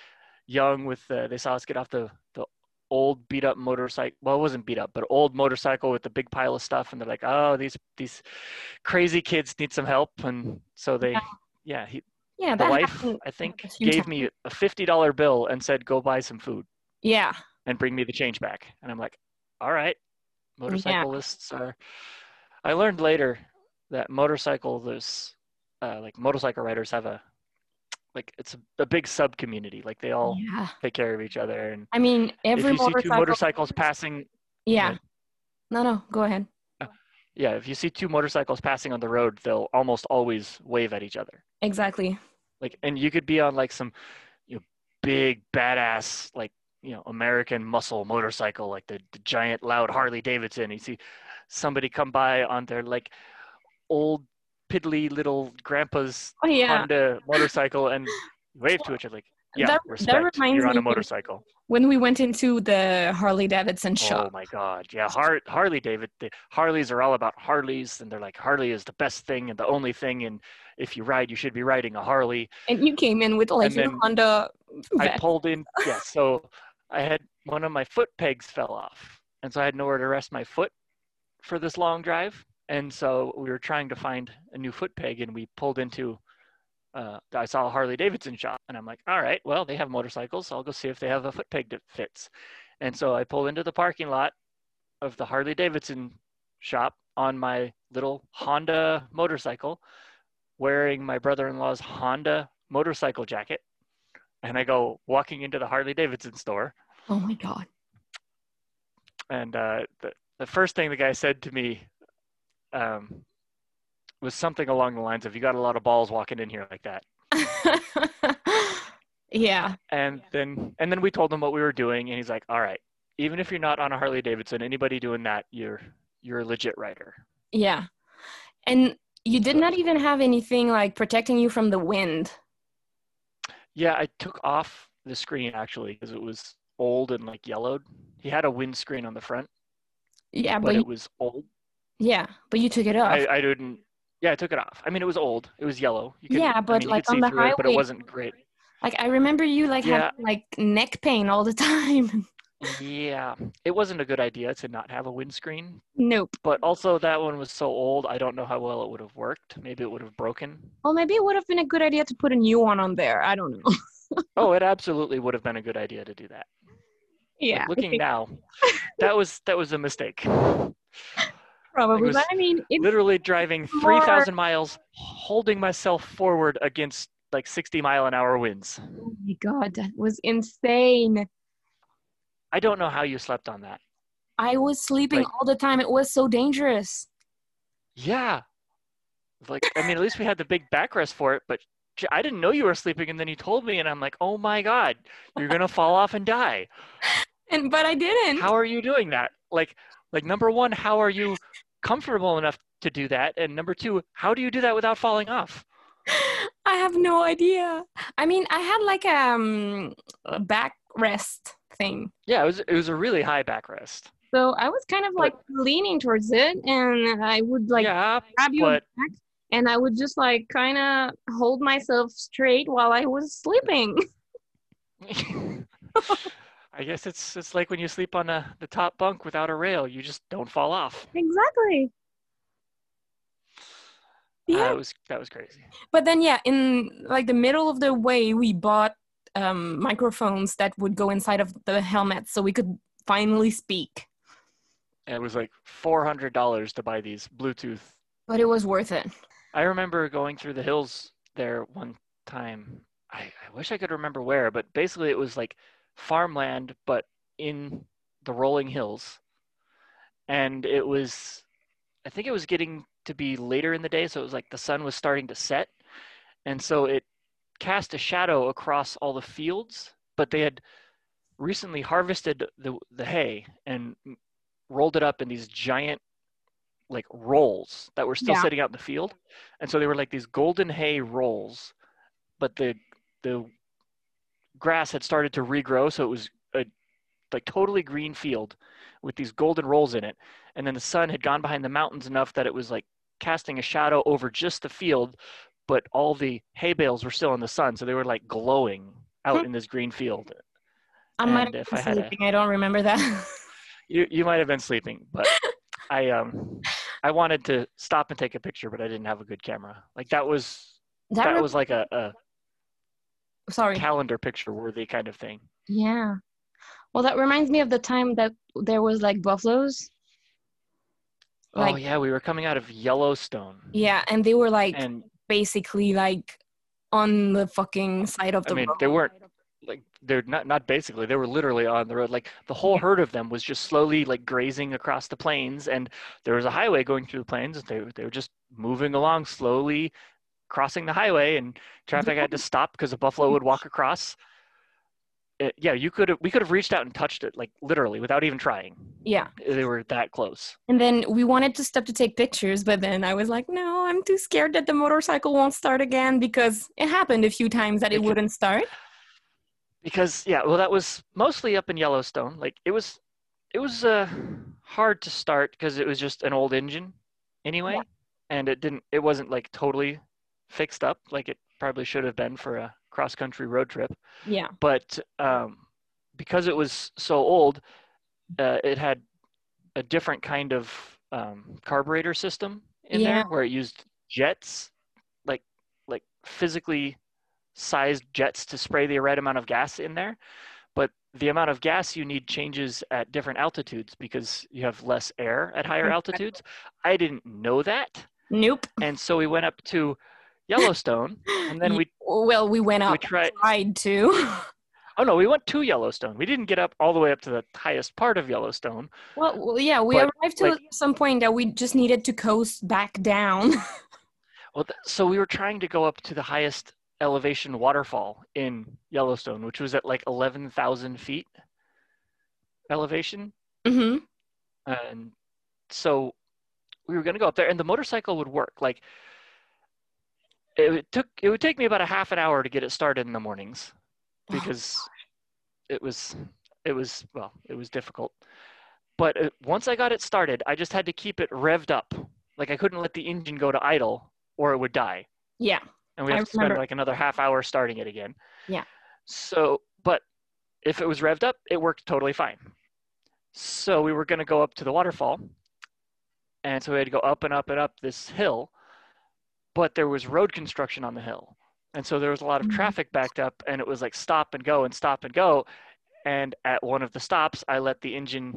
Speaker 3: young with the, they saw us get off the the old beat up motorcycle well it wasn't beat up but old motorcycle with the big pile of stuff and they're like oh these these crazy kids need some help and so they yeah he,
Speaker 2: Yeah,
Speaker 3: the
Speaker 2: that
Speaker 3: wife
Speaker 2: happened
Speaker 3: i think
Speaker 2: a few
Speaker 3: gave
Speaker 2: times.
Speaker 3: me a $50 bill and said go buy some food
Speaker 2: Yeah.
Speaker 3: and bring me the change back. And I'm like, all right, motorcyclists are. I learned later that motorcycle, there's uh, like motorcycle riders have a, like it's a, a big sub community. Like they all
Speaker 2: Yeah.
Speaker 3: take care of each other. And
Speaker 2: I mean every
Speaker 3: Oh. if you see two
Speaker 2: motorcycle
Speaker 3: motorcycles passing,
Speaker 2: Yeah.
Speaker 3: Right.
Speaker 2: No no, go ahead.
Speaker 3: yeah, if you see two motorcycles passing on the road, they'll almost always wave at each other.
Speaker 2: Exactly.
Speaker 3: Like, and you could be on like some, you know, big badass like you know American muscle motorcycle, like the, the giant loud Harley Davidson. You see somebody come by on their like old piddly little grandpa's
Speaker 2: Oh yeah.
Speaker 3: Honda motorcycle and wave to each other like, yeah,
Speaker 2: That- that
Speaker 3: respect.
Speaker 2: reminds
Speaker 3: You're on
Speaker 2: me
Speaker 3: a
Speaker 2: of-
Speaker 3: motorcycle.
Speaker 2: When we went into the Harley Davidson shop.
Speaker 3: Oh my God. Yeah. Har- Harley David, the Harleys are all about Harleys and they're like, Harley is the best thing and the only thing. And if you ride, you should be riding a Harley.
Speaker 2: And you came in with like
Speaker 3: And
Speaker 2: your
Speaker 3: then
Speaker 2: Honda
Speaker 3: I
Speaker 2: vest.
Speaker 3: pulled in. Yeah, so I had one of my foot pegs fell off, and so I had nowhere to rest my foot for this long drive. And so we were trying to find a new foot peg, and we pulled into. Uh, I saw a Harley Davidson shop, and I'm like, all right, well, they have motorcycles, so I'll go see if they have a foot peg that fits. And so I pulled into the parking lot of the Harley Davidson shop on my little Honda motorcycle, wearing my brother-in-law's Honda motorcycle jacket and I go walking into the Harley Davidson store,
Speaker 2: Oh my god.
Speaker 3: and uh, the the first thing the guy said to me um, was something along the lines of "You got a lot of balls walking in here like that."
Speaker 2: yeah.
Speaker 3: And then and then we told him what we were doing, and he's like, "All right, even if you're not on a Harley Davidson, anybody doing that, you're you're a legit rider."
Speaker 2: Yeah. And you did not even have anything like protecting you from the wind.
Speaker 3: Yeah, I took off the screen actually because it was old and like yellowed. He had a windscreen on the front,
Speaker 2: Yeah,
Speaker 3: but,
Speaker 2: Um, but,
Speaker 3: it
Speaker 2: you,
Speaker 3: was old.
Speaker 2: yeah, but you took it off.
Speaker 3: I, uh, I didn't. Yeah, I took it off. I mean, it was old. It was yellow. You
Speaker 2: Yeah,
Speaker 3: I
Speaker 2: but,
Speaker 3: mean, you
Speaker 2: like,
Speaker 3: could see
Speaker 2: on the
Speaker 3: through it, but it
Speaker 2: highway-
Speaker 3: wasn't great.
Speaker 2: like I remember you like
Speaker 3: Yeah.
Speaker 2: having like neck pain all the time.
Speaker 3: yeah, it wasn't a good idea to not have a windscreen,
Speaker 4: Nope.
Speaker 3: but also that one was so old. I don't know how well it would have worked. Maybe it would have broken.
Speaker 4: Well, maybe it would have been a good idea to put a new one on there. I don't know.
Speaker 3: Oh, it absolutely would have been a good idea to do that. But
Speaker 4: yeah. I
Speaker 3: Looking
Speaker 4: think
Speaker 3: now, that was that was a mistake.
Speaker 4: probably.
Speaker 3: was
Speaker 4: but I mean, it,
Speaker 3: Literally driving
Speaker 4: more-
Speaker 3: 3,000 miles, holding myself forward against like 60 mile an hour winds.
Speaker 4: oh my God, that was insane.
Speaker 3: I don't know how you slept on that.
Speaker 2: I was sleeping
Speaker 3: Like-
Speaker 2: all the time. It was so dangerous.
Speaker 3: Yeah. Like, I mean, at least we had the big backrest for it, but j- I didn't know you were sleeping. And then you told me, and I'm like, oh my God, you're going to fall off and die.
Speaker 2: And but I didn't.
Speaker 3: How are you doing that? Like, like number one, how are you comfortable enough to do that? And number two, how do you do that without falling off?
Speaker 2: I have no idea. I mean, I had like um, a backrest thing.
Speaker 3: Yeah, it was, it was a really high backrest.
Speaker 4: So I was kind of like leaning towards it, and I would like
Speaker 3: yeah,
Speaker 4: grab you
Speaker 3: but
Speaker 4: back, and I would just like kind of hold myself straight while I was sleeping.
Speaker 3: I guess it's it's like when you sleep on a, the top bunk without a rail, you just don't fall off.
Speaker 4: exactly.
Speaker 3: Uh,
Speaker 2: Yeah.
Speaker 3: it was that was crazy.
Speaker 2: But then yeah, in like the middle of the way, we bought um, microphones that would go inside of the helmet, so we could finally speak.
Speaker 3: And it was like four hundred dollars to buy these Bluetooth.
Speaker 2: But it was worth it.
Speaker 3: I remember going through the hills there one time. I, I wish I could remember where, but basically it was like farmland, but in the rolling hills. And it was, I think it was getting to be later in the day, so it was like the sun was starting to set. And so it cast a shadow across all the fields, but they had recently harvested the, the hay and m- rolled it up in these giant like rolls that were still
Speaker 4: Yeah.
Speaker 3: sitting out in the field. And so they were like these golden hay rolls, but the the grass had started to regrow, so it was a like totally green field with these golden rolls in it. And then the sun had gone behind the mountains enough that it was like casting a shadow over just the field, but all the hay bales were still in the sun, so they were like glowing out
Speaker 2: Hmm.
Speaker 3: in this green field.
Speaker 2: I
Speaker 3: And
Speaker 2: might have
Speaker 3: if I
Speaker 2: been
Speaker 3: had a-
Speaker 2: sleeping. I don't remember that.
Speaker 3: You you might have been sleeping, but I um I wanted to stop and take a picture, but I didn't have a good camera. Like that was
Speaker 4: That,
Speaker 3: that
Speaker 4: re-
Speaker 3: was like a, a
Speaker 2: Sorry.
Speaker 3: calendar picture worthy kind of thing.
Speaker 4: yeah. Well, that reminds me of the time that there was like buffaloes.
Speaker 3: oh
Speaker 2: Like-
Speaker 3: yeah, we were coming out of Yellowstone.
Speaker 2: Yeah, and they were like
Speaker 3: And
Speaker 2: basically like on the fucking side of
Speaker 3: I
Speaker 2: the
Speaker 3: mean,
Speaker 2: road.
Speaker 3: they weren't like they're not not basically they were literally on the road. Like the whole herd of them was just slowly like grazing across the plains, and there was a highway going through the plains. And they were- they were just moving along slowly, crossing the highway, and traffic had to stop because a buffalo would walk across. It, yeah, you could have we could have reached out and touched it like literally without even trying.
Speaker 2: Yeah.
Speaker 3: They were that close.
Speaker 2: And then we wanted to stop to take pictures, but then I was like, no, I'm too scared that the motorcycle won't start again because it happened a few times that it
Speaker 3: Okay.
Speaker 2: wouldn't start.
Speaker 3: because yeah well that was mostly up in yellowstone like it was it was uh hard to start because it was just an old engine anyway and it didn't it wasn't like totally fixed up like it probably should have been for a cross country road trip
Speaker 2: Yeah.
Speaker 3: but um because it was so old uh, it had a different kind of um, carburetor system in
Speaker 2: Yeah.
Speaker 3: there where it used jets like like physically sized jets to spray the right amount of gas in there but the amount of gas you need changes at different altitudes because you have less air at higher
Speaker 2: Exactly.
Speaker 3: altitudes i didn't know that
Speaker 2: Nope.
Speaker 3: and so we went up to yellowstone and then
Speaker 2: Ye-
Speaker 3: we
Speaker 2: well, we went
Speaker 3: we
Speaker 2: out
Speaker 3: tried
Speaker 2: tried to.
Speaker 3: oh no we went to yellowstone we didn't get up all the way up to the highest part of yellowstone
Speaker 2: well, well, yeah, we
Speaker 3: But,
Speaker 2: arrived to
Speaker 3: like-
Speaker 2: some point that we just needed to coast back down.
Speaker 3: Well, th- so we were trying to go up to the highest elevation waterfall in Yellowstone, which was at like 11,000 feet elevation.
Speaker 2: hmm
Speaker 3: And so we were going to go up there, and the motorcycle would work. Like it would took it would take me about a half an hour to get it started in the mornings because it was it was well it was difficult. But uh once I got it started, I just had to keep it revved up. Like I couldn't let the engine go to idle, or it would die
Speaker 2: Yeah.
Speaker 3: and we
Speaker 2: I
Speaker 3: have to spend
Speaker 2: remember-
Speaker 3: like another half hour starting it again.
Speaker 2: Yeah.
Speaker 3: So, but If it was revved up, it worked totally fine. So we were going to go up to the waterfall. And so we had to go up and up and up this hill. But there was road construction on the hill. And so there was a lot of
Speaker 2: Mhm.
Speaker 3: traffic backed up, and it was like stop and go and stop and go. And at one of the stops, I let the engine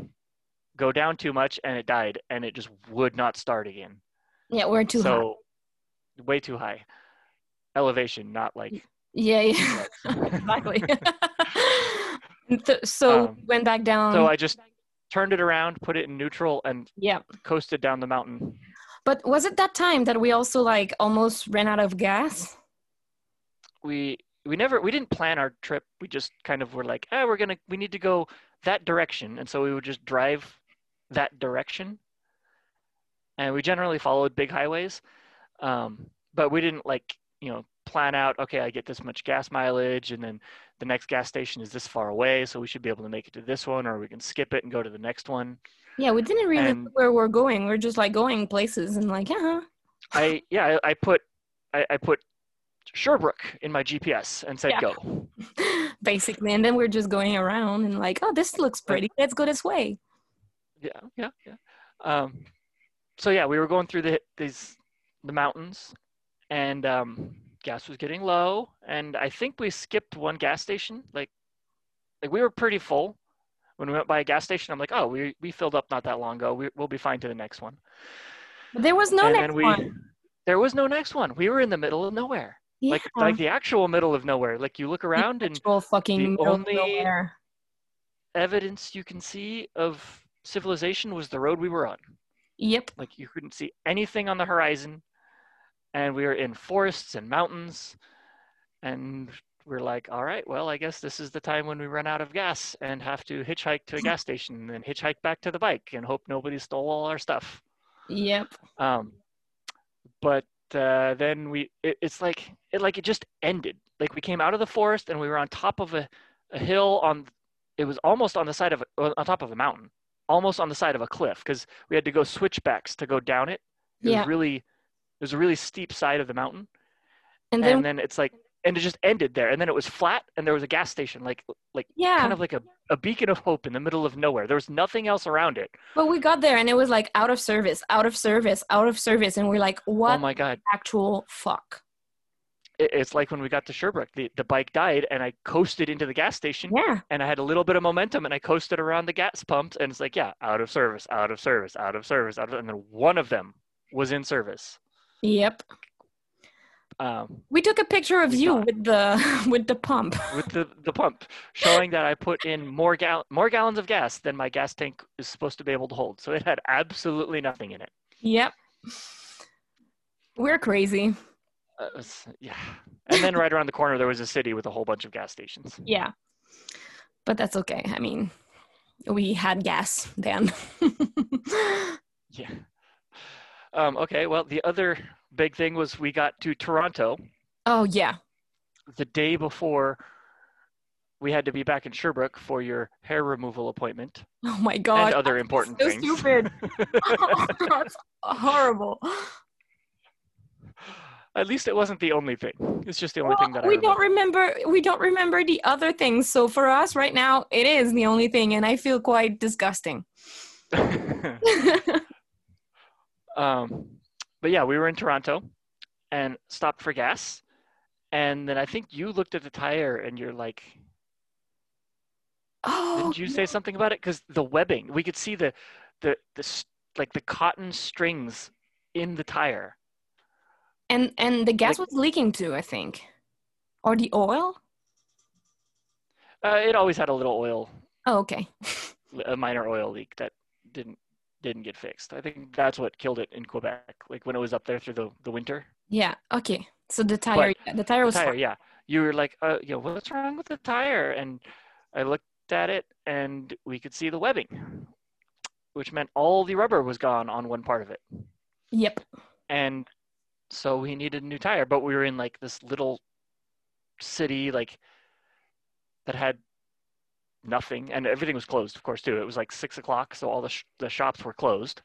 Speaker 3: go down too much and it died, and it just would not start again.
Speaker 2: Yeah, we're too high.
Speaker 3: so, way too high. Elevation, not like
Speaker 2: Yeah, yeah. exactly. so so
Speaker 3: Um,
Speaker 2: went back down.
Speaker 3: So I just turned it around, put it in neutral, and
Speaker 2: yeah.
Speaker 3: coasted down the mountain.
Speaker 2: But was it that time that we also like almost ran out of gas?
Speaker 3: We we never we didn't plan our trip. We just kind of were like, ah, we're gonna we need to go that direction, and so we would just drive that direction. And we generally followed big highways, um, but we didn't like you know plan out. Okay, I get this much gas mileage, and then the next gas station is this far away, so we should be able to make it to this one, or we can skip it and go to the next one.
Speaker 2: Yeah, we didn't really
Speaker 3: And-
Speaker 2: know where we're going. We're just like going places and like, yeah.
Speaker 3: I yeah, I, I put I, I put Sherbrooke in my GPS and said
Speaker 2: Yeah.
Speaker 3: go.
Speaker 2: Basically, and then we're just going around and like, oh, this looks pretty. Let's go this way.
Speaker 3: Yeah, yeah, yeah. Um, so yeah, we were going through the these the mountains, and um, gas was getting low, and I think we skipped one gas station. Like, like we were pretty full when we went by a gas station. I'm like, oh, we we filled up not that long ago. We, we'll be fine to the next one.
Speaker 2: But there was no
Speaker 3: and
Speaker 2: next
Speaker 3: then we
Speaker 2: one.
Speaker 3: there was no next one. We were in the middle of nowhere,
Speaker 2: Yeah.
Speaker 3: like like the actual middle of nowhere. Like you look around and
Speaker 2: actual fucking middle of
Speaker 3: only-
Speaker 2: nowhere.
Speaker 3: evidence you can see of civilization was the road we were on.
Speaker 2: Yep.
Speaker 3: Like you couldn't see anything on the horizon, and we were in forests and mountains, and we're like, all right, well, I guess this is the time when we run out of gas and have to hitchhike to a gas station and then hitchhike back to the bike and hope nobody stole all our stuff.
Speaker 2: Yep.
Speaker 3: Um, but uh, then we, it, it's like it like it just ended. Like we came out of the forest and we were on top of a, a hill on, it was almost on the side of a, on top of a mountain, almost on the side of a cliff because we had to go switchbacks to go down it. It
Speaker 2: Yeah.
Speaker 3: was really, it was a really steep side of the mountain,
Speaker 2: And
Speaker 3: and,
Speaker 2: then,
Speaker 3: then it's like, and it just ended there. And then it was flat, and there was a gas station, like like
Speaker 2: yeah.
Speaker 3: kind of like a, a beacon of hope in the middle of nowhere. There was nothing else around it. Oh
Speaker 2: But we got there and it was like out of service, out of service, out of service. And we're like, what
Speaker 3: Oh my god.
Speaker 2: actual fuck?
Speaker 3: it- it's like when we got to Sherbrooke, the, the bike died and I coasted into the gas station
Speaker 2: Yeah.
Speaker 3: and I had a little bit of momentum and I coasted around the gas pumps and it's like, yeah, out of service, out of service, out of service, out of, and then one of them was in service.
Speaker 2: Yep.
Speaker 3: Um,
Speaker 2: We took a picture of
Speaker 3: We
Speaker 2: you
Speaker 3: got-
Speaker 2: with the with the pump.
Speaker 3: with the, the pump showing that I put in more gal- more gallons of gas than my gas tank is supposed to be able to hold. So it had absolutely nothing in it.
Speaker 2: Yep. We're crazy.
Speaker 3: Uh, it was- yeah. And then right around the corner, there was a city with a whole bunch of gas stations.
Speaker 2: Yeah. But that's okay. I mean, we had gas then.
Speaker 3: Yeah. Um, okay. Well, the other big thing was we got to Toronto
Speaker 2: oh yeah.
Speaker 3: the day before we had to be back in Sherbrooke for your hair removal appointment
Speaker 2: Oh my god.
Speaker 3: and other
Speaker 2: I'm
Speaker 3: important
Speaker 2: so
Speaker 3: things.
Speaker 2: stupid. that's horrible.
Speaker 3: At least it wasn't the only thing. It's just the only
Speaker 2: Well,
Speaker 3: thing that
Speaker 2: we
Speaker 3: I
Speaker 2: don't
Speaker 3: remember.
Speaker 2: remember we don't remember the other things so for us right now it is the only thing and i feel quite disgusting
Speaker 3: um, but yeah, we were in Toronto and stopped for gas. And then I think you looked at the tire and you're like,
Speaker 2: oh
Speaker 3: Didn't you say something about it? Because the webbing, we could see the, the, the, s- like the cotton strings in the tire.
Speaker 2: and and the gas
Speaker 3: Like-
Speaker 2: was leaking too i think or the oil
Speaker 3: Uh, it always had a little oil,
Speaker 2: oh okay
Speaker 3: a minor oil leak that didn't didn't get fixed. I think that's what killed it in Quebec. Like when it was up there through the, the winter.
Speaker 2: yeah okay so the tire the tire
Speaker 3: The
Speaker 2: was
Speaker 3: tire,
Speaker 2: fine.
Speaker 3: yeah. You were like, uh, you know, what's wrong with the tire? And I looked at it, and we could see the webbing, which meant all the rubber was gone on one part of it.
Speaker 2: yep
Speaker 3: and so we needed a new tire but we were in like this little city like that had nothing and everything was closed of course too it was like six o'clock so all the, sh- the shops were closed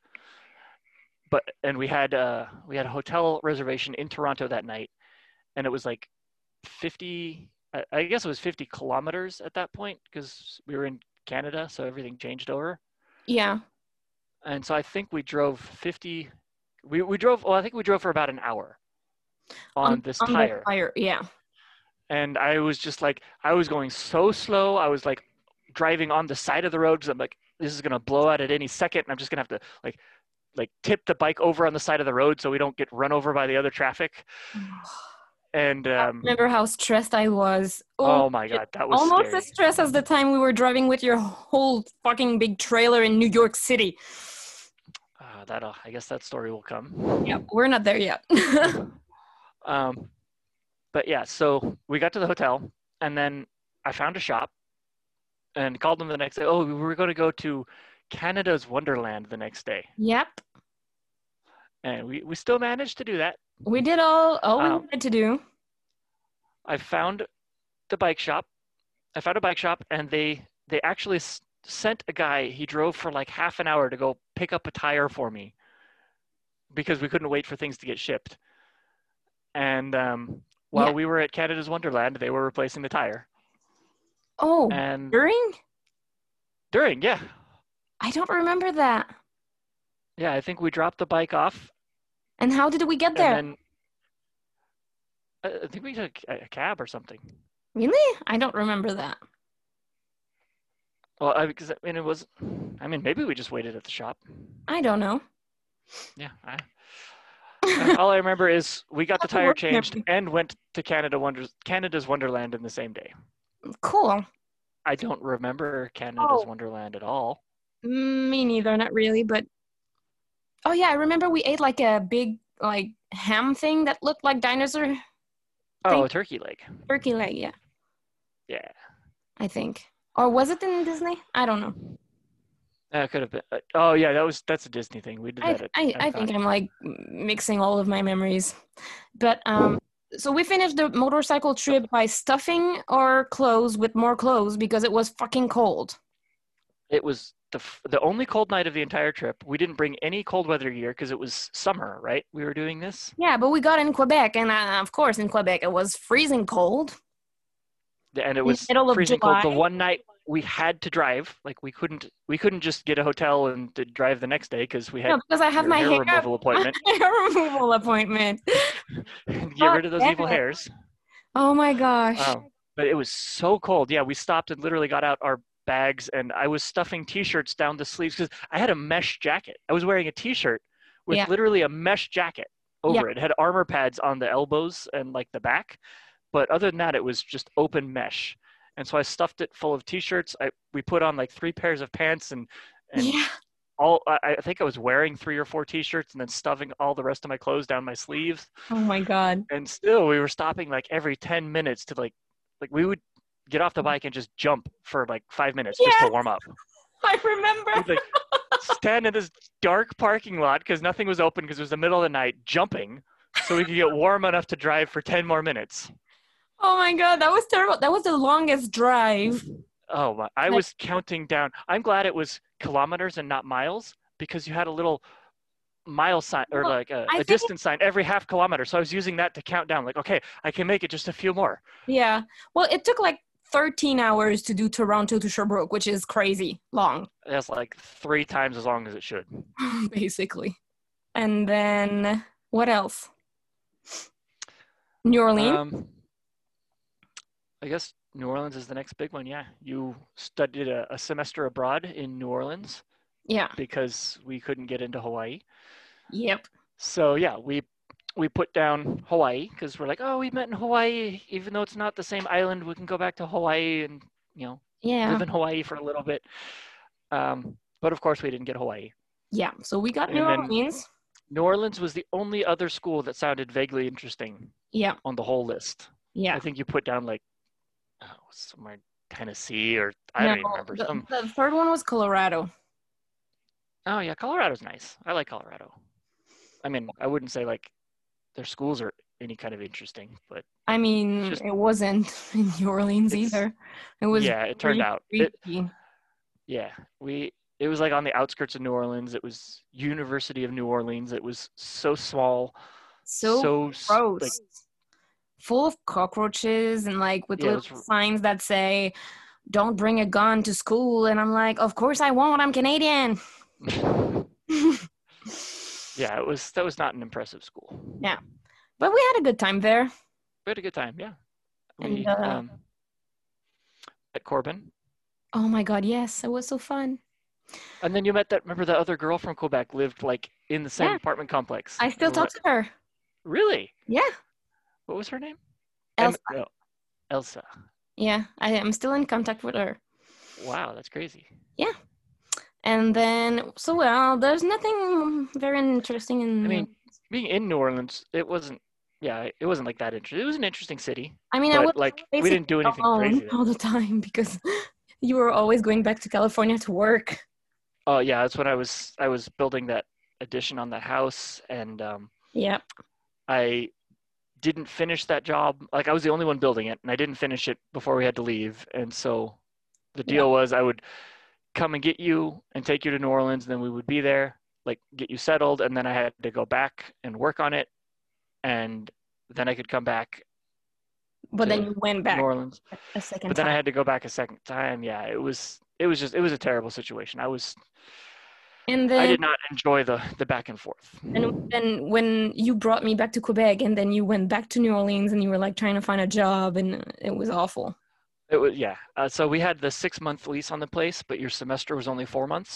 Speaker 3: but and we had uh we had a hotel reservation in toronto that night and it was like 50 I, I guess it was 50 kilometers at that point because we were in Canada, so everything changed over.
Speaker 2: Yeah.
Speaker 3: And so I think we drove 50. We, we drove, well, I think we drove for about an hour on, this
Speaker 2: the
Speaker 3: tire.
Speaker 2: tire. Yeah.
Speaker 3: and I was just like, I was going so slow. I was like driving on the side of the road because I'm like, this is gonna blow out at any second, and I'm just gonna have to like, like tip the bike over on the side of the road so we don't get run over by the other traffic. And
Speaker 2: I
Speaker 3: um,
Speaker 2: remember how stressed I was. Oh,
Speaker 3: oh my
Speaker 2: shit.
Speaker 3: god, that was
Speaker 2: almost
Speaker 3: scary.
Speaker 2: as stressed as the time we were driving with your whole fucking big trailer in New York City.
Speaker 3: Uh, that uh, I guess that story will come.
Speaker 2: Yeah, we're not there yet.
Speaker 3: Um, but yeah, so we got to the hotel, and then I found a shop, and called them the next day. Oh, we were gonna go to Canada's Wonderland the next day,
Speaker 2: yep.
Speaker 3: and we we still managed to do that.
Speaker 2: We did all all
Speaker 3: Um,
Speaker 2: we had to do.
Speaker 3: I found the bike shop. I found a bike shop, and they they actually s- sent a guy. He drove for like half an hour to go pick up a tire for me because we couldn't wait for things to get shipped. And um, while
Speaker 2: Yeah.
Speaker 3: we were at Canada's Wonderland, they were replacing the tire.
Speaker 2: Oh,
Speaker 3: And
Speaker 2: during?
Speaker 3: during, yeah,
Speaker 2: I don't remember that.
Speaker 3: yeah, I think we dropped the bike off,
Speaker 2: And how did we get there?
Speaker 3: and then I- I think we took a a cab or something.
Speaker 2: really? I don't remember that.
Speaker 3: Well, I, because I mean, it was. I mean, maybe we just waited at the shop.
Speaker 2: I don't know.
Speaker 3: Yeah, I, Uh, all I remember is we got the
Speaker 2: Lots of
Speaker 3: tire
Speaker 2: work and
Speaker 3: changed
Speaker 2: everything.
Speaker 3: and went to Canada Wonders, Canada's Wonderland in the same day.
Speaker 2: cool.
Speaker 3: I don't remember Canada's
Speaker 4: Oh.
Speaker 3: Wonderland at all.
Speaker 2: Me neither, not really, but Oh yeah, I remember we ate like a big like ham thing that looked like dinosaur
Speaker 3: Oh,
Speaker 2: Thank-
Speaker 3: turkey leg.
Speaker 2: turkey leg, yeah,
Speaker 3: Yeah,
Speaker 2: I think. Or was it in Disney? I don't know.
Speaker 3: that could have been. uh, Oh, yeah, that was that's a Disney thing. We did that.
Speaker 2: I
Speaker 3: at,
Speaker 2: I,
Speaker 3: at
Speaker 2: I
Speaker 3: Con-
Speaker 2: think I'm like mixing all of my memories. But um so we finished the motorcycle trip by stuffing our clothes with more clothes because it was fucking cold.
Speaker 3: it was the f- the only cold night of the entire trip. We didn't bring any cold weather gear because it was summer, right? We were doing this.
Speaker 2: Yeah, but we got in Quebec and uh, of course in Quebec it was freezing cold.
Speaker 3: Yeah, and it
Speaker 2: the
Speaker 3: was
Speaker 2: middle of
Speaker 3: freezing cold.
Speaker 2: July.
Speaker 3: The one night we had to drive, like we couldn't we couldn't just get a hotel and to drive the next day because we had
Speaker 2: No, because I have
Speaker 3: your
Speaker 2: my hair,
Speaker 3: hair removal appointment.
Speaker 2: hair removal appointment.
Speaker 3: and get rid of those evil
Speaker 2: yeah.
Speaker 3: hairs.
Speaker 2: Oh my gosh.
Speaker 3: Um, but it was so cold. Yeah, we stopped and literally got out our bags, and I was stuffing t-shirts down the sleeves because I had a mesh jacket. I was wearing a t-shirt with
Speaker 2: Yeah.
Speaker 3: literally a mesh jacket over it. It had armor pads on the elbows and like the back, but other than that, it was just open mesh. And so I stuffed it full of t-shirts. I we put on like three pairs of pants and and
Speaker 2: yeah.
Speaker 3: all. I, I think I was wearing three or four t-shirts and then stuffing all the rest of my clothes down my sleeves
Speaker 2: Oh my god.
Speaker 3: and still we were stopping like every 10 minutes to like like we would get off the bike and just jump for like five minutes just to
Speaker 2: Yes.
Speaker 3: warm up
Speaker 2: I remember.
Speaker 3: We'd, like stand in this dark parking lot because nothing was open because it was the middle of the night jumping so we could get warm enough to drive for 10 more minutes
Speaker 2: Oh my god, that was terrible. That was the longest drive.
Speaker 3: oh my i
Speaker 2: Like-
Speaker 3: was counting down i'm glad it was kilometers and not miles because you had a little mile sign or
Speaker 2: Well,
Speaker 3: like a,
Speaker 2: I
Speaker 3: a
Speaker 2: think-
Speaker 3: distance sign every half kilometer so i was using that to count down like okay i can make it just a few more
Speaker 2: Yeah. Well, it took like 13 hours to do Toronto to Sherbrooke, which is crazy long,
Speaker 3: that's like three times as long as it should
Speaker 2: basically. And then what else? New Orleans.
Speaker 3: Um, I guess New Orleans is the next big one. Yeah, you studied a, a semester abroad in New Orleans
Speaker 2: yeah.
Speaker 3: because we couldn't get into Hawaii.
Speaker 2: Yep.
Speaker 3: So yeah, we we put down Hawaii because we're like, oh, we met in Hawaii, even though it's not the same island. We can go back to Hawaii and you know
Speaker 2: Yeah.
Speaker 3: live in Hawaii for a little bit. Um, but of course, we didn't get Hawaii.
Speaker 2: Yeah. So we got
Speaker 3: And
Speaker 2: New
Speaker 3: then-
Speaker 2: Orleans.
Speaker 3: New Orleans was the only other school that sounded vaguely interesting
Speaker 2: Yeah.
Speaker 3: on the whole list.
Speaker 2: Yeah.
Speaker 3: I think you put down like oh, somewhere in Tennessee or I don't even
Speaker 2: No,
Speaker 3: remember.
Speaker 2: the-
Speaker 3: Some,
Speaker 2: the third one was Colorado.
Speaker 3: oh yeah, Colorado's nice. I like Colorado. I mean, I wouldn't say like their schools are any kind of interesting, but
Speaker 2: I mean,
Speaker 3: Just-
Speaker 2: it wasn't in New Orleans
Speaker 3: It's-
Speaker 2: either. It was
Speaker 3: yeah, it turned
Speaker 2: very
Speaker 3: out. It,
Speaker 2: creepy.
Speaker 3: yeah, we it was like on the outskirts of New Orleans. It was University of New Orleans. It was so small,
Speaker 2: so,
Speaker 3: so s-
Speaker 2: gross.
Speaker 3: like
Speaker 2: full of cockroaches and like with
Speaker 3: Yeah,
Speaker 2: little
Speaker 3: that's-
Speaker 2: signs that say, "Don't bring a gun to school." And I'm like, "Of course I won't. I'm Canadian."
Speaker 3: yeah, it was that was not an impressive school.
Speaker 2: Yeah. But we had a good time there.
Speaker 3: We had a good time, yeah.
Speaker 2: And,
Speaker 3: We
Speaker 2: uh,
Speaker 3: um, met Corbin.
Speaker 2: Oh my god, yes, it was so fun.
Speaker 3: And then you met that remember the other girl from Quebec lived like in the same
Speaker 2: Yeah.
Speaker 3: apartment complex.
Speaker 2: I still
Speaker 3: Re-
Speaker 2: talk to her.
Speaker 3: Really?
Speaker 2: Yeah,
Speaker 3: What was her name? Em-
Speaker 2: Elsa.
Speaker 3: no, Elsa.
Speaker 2: Yeah, I am still in contact with her.
Speaker 3: Wow, that's crazy.
Speaker 2: And then, so well, there's nothing very interesting in.
Speaker 3: I mean, being in New Orleans, it wasn't. Yeah, it wasn't like that interesting. It was an interesting city,
Speaker 2: I mean, I was
Speaker 3: but like we didn't do anything
Speaker 2: alone
Speaker 3: crazy. there.
Speaker 2: all the time because you were always going back to California to work.
Speaker 3: Oh yeah, that's when I was I was building that addition on that house, and um,
Speaker 2: Yeah.
Speaker 3: I didn't finish that job. Like I was the only one building it, and I didn't finish it before we had to leave. And so the
Speaker 2: Yeah.
Speaker 3: deal was I would come and get you and take you to New Orleans, and then we would be there, like get you settled, and then I had to go back and work on it, and then I could come back,
Speaker 2: But then
Speaker 3: to
Speaker 2: you went
Speaker 3: to
Speaker 2: back
Speaker 3: New Orleans.
Speaker 2: a second
Speaker 3: But then I
Speaker 2: time.
Speaker 3: had to go back a second time. Yeah, it was it was just it was a terrible situation. I was
Speaker 2: and
Speaker 3: I
Speaker 2: then,
Speaker 3: did not enjoy the the back and forth.
Speaker 2: and then when you brought me back to Quebec and then you went back to New Orleans and you were like trying to find a job and it was awful.
Speaker 3: It was yeah. Uh, so we had the six month lease on the place, but your semester was only four months.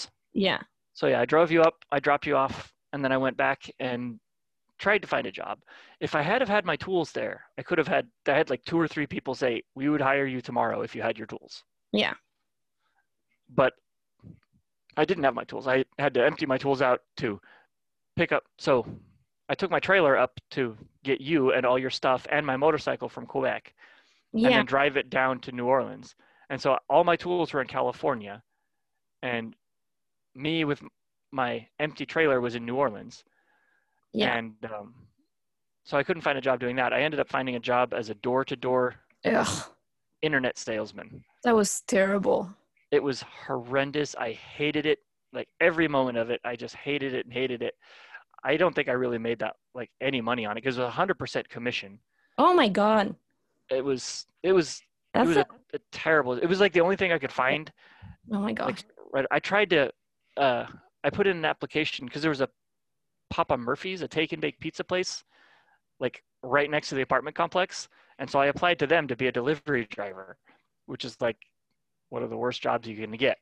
Speaker 2: Yeah.
Speaker 3: So yeah, I drove you up, I dropped you off, and then I went back and tried to find a job. If I had have had my tools there, I could have had I had like two or three people say, "We would hire you tomorrow if you had your tools."
Speaker 2: Yeah.
Speaker 3: But I didn't have my tools. I had to empty my tools out to pick up. So I took my trailer up to get you and all your stuff and my motorcycle from Quebec and
Speaker 2: Yeah.
Speaker 3: then drive it down to New Orleans. And so all my tools were in California, and me with my empty trailer was in New Orleans.
Speaker 2: Yeah.
Speaker 3: And um, so I couldn't find a job doing that. I ended up finding a job as a door to door
Speaker 2: Ugh,
Speaker 3: internet salesman.
Speaker 2: that was terrible.
Speaker 3: It was horrendous. I hated it. Like every moment of it, I just hated it and hated it. I don't think I really made that like any money on it because it was 100% commission.
Speaker 2: Oh my god.
Speaker 3: It was, it was,
Speaker 2: That's
Speaker 3: it was
Speaker 2: a,
Speaker 3: a, a terrible, it was like the only thing I could find
Speaker 2: oh my gosh.
Speaker 3: like right i tried to uh i put in an application because there was a papa murphy's a take and bake pizza place like right next to the apartment complex and so i applied to them to be a delivery driver which is like one of the worst jobs you can get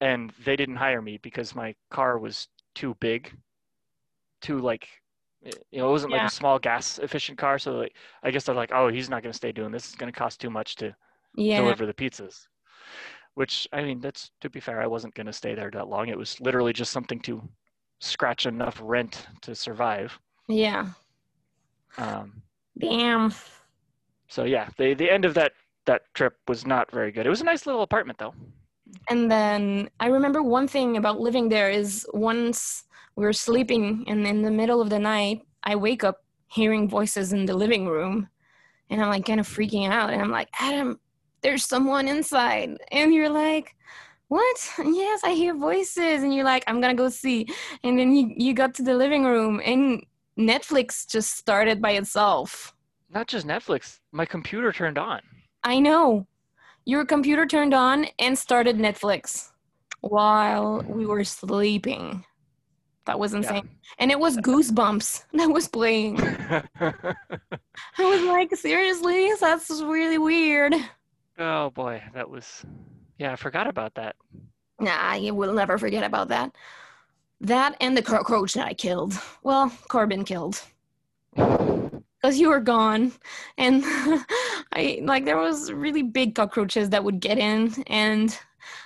Speaker 3: and they didn't hire me because my car was too big too like eh, you know it wasn't
Speaker 2: Yeah.
Speaker 3: like a small gas efficient car so like, i guess they're like oh he's not going to stay doing this it's going to cost too much to
Speaker 2: yeah.
Speaker 3: deliver the pizzas. Which I mean, that's to be fair, I wasn't going to stay there that long. It was literally just something to scratch enough rent to survive.
Speaker 2: Yeah.
Speaker 3: Um,
Speaker 2: Damn.
Speaker 3: so yeah, the the end of that that trip was not very good. It was a nice little apartment though.
Speaker 2: And then I remember one thing about living there is once we were sleeping and in the middle of the night, I wake up hearing voices in the living room and I'm like kind of freaking out and I'm like, Adam, there's someone inside. And you're like, what? Yes, I hear voices. And you're like, I'm going to go see. And then you, you got to the living room and Netflix just started by itself.
Speaker 3: Not just Netflix. My computer turned on.
Speaker 2: I know. Your computer turned on and started Netflix while we were sleeping. That was insane. And it was Goosebumps that was playing.
Speaker 3: Yeah.
Speaker 2: I was like, seriously? That's really weird.
Speaker 3: oh boy, that was. Yeah, I forgot about that.
Speaker 2: Nah, you will never forget about that. That and the cockroach that I killed. Well, Corbin killed. Because you were gone. And I like there was really big cockroaches that would get in and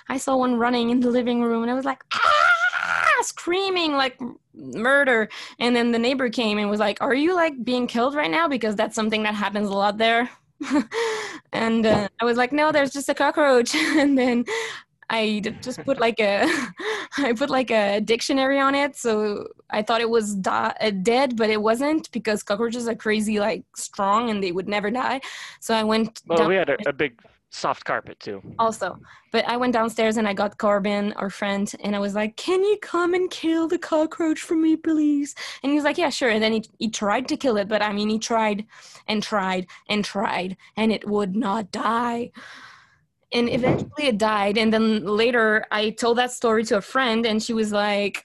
Speaker 2: I saw one running in the living room and I was like ah! screaming like m- murder. And then the neighbor came and was like, Are you like being killed right now? Because that's something that happens a lot there. and uh, I was like, No, there's just a cockroach. and then I d- just put like a I put like a dictionary on it, so I thought it was di- uh, dead, but it wasn't because cockroaches are crazy, like strong, and they would never die. So I went
Speaker 3: Well,
Speaker 2: down-
Speaker 3: Oh, we had a, a big soft carpet too.
Speaker 2: also but i went downstairs and i got corbin our friend and i was like can you come and kill the cockroach for me please and he was like yeah sure and then he, he tried to kill it but i mean he tried and tried and tried and it would not die and eventually it died and then later i told that story to a friend and she was like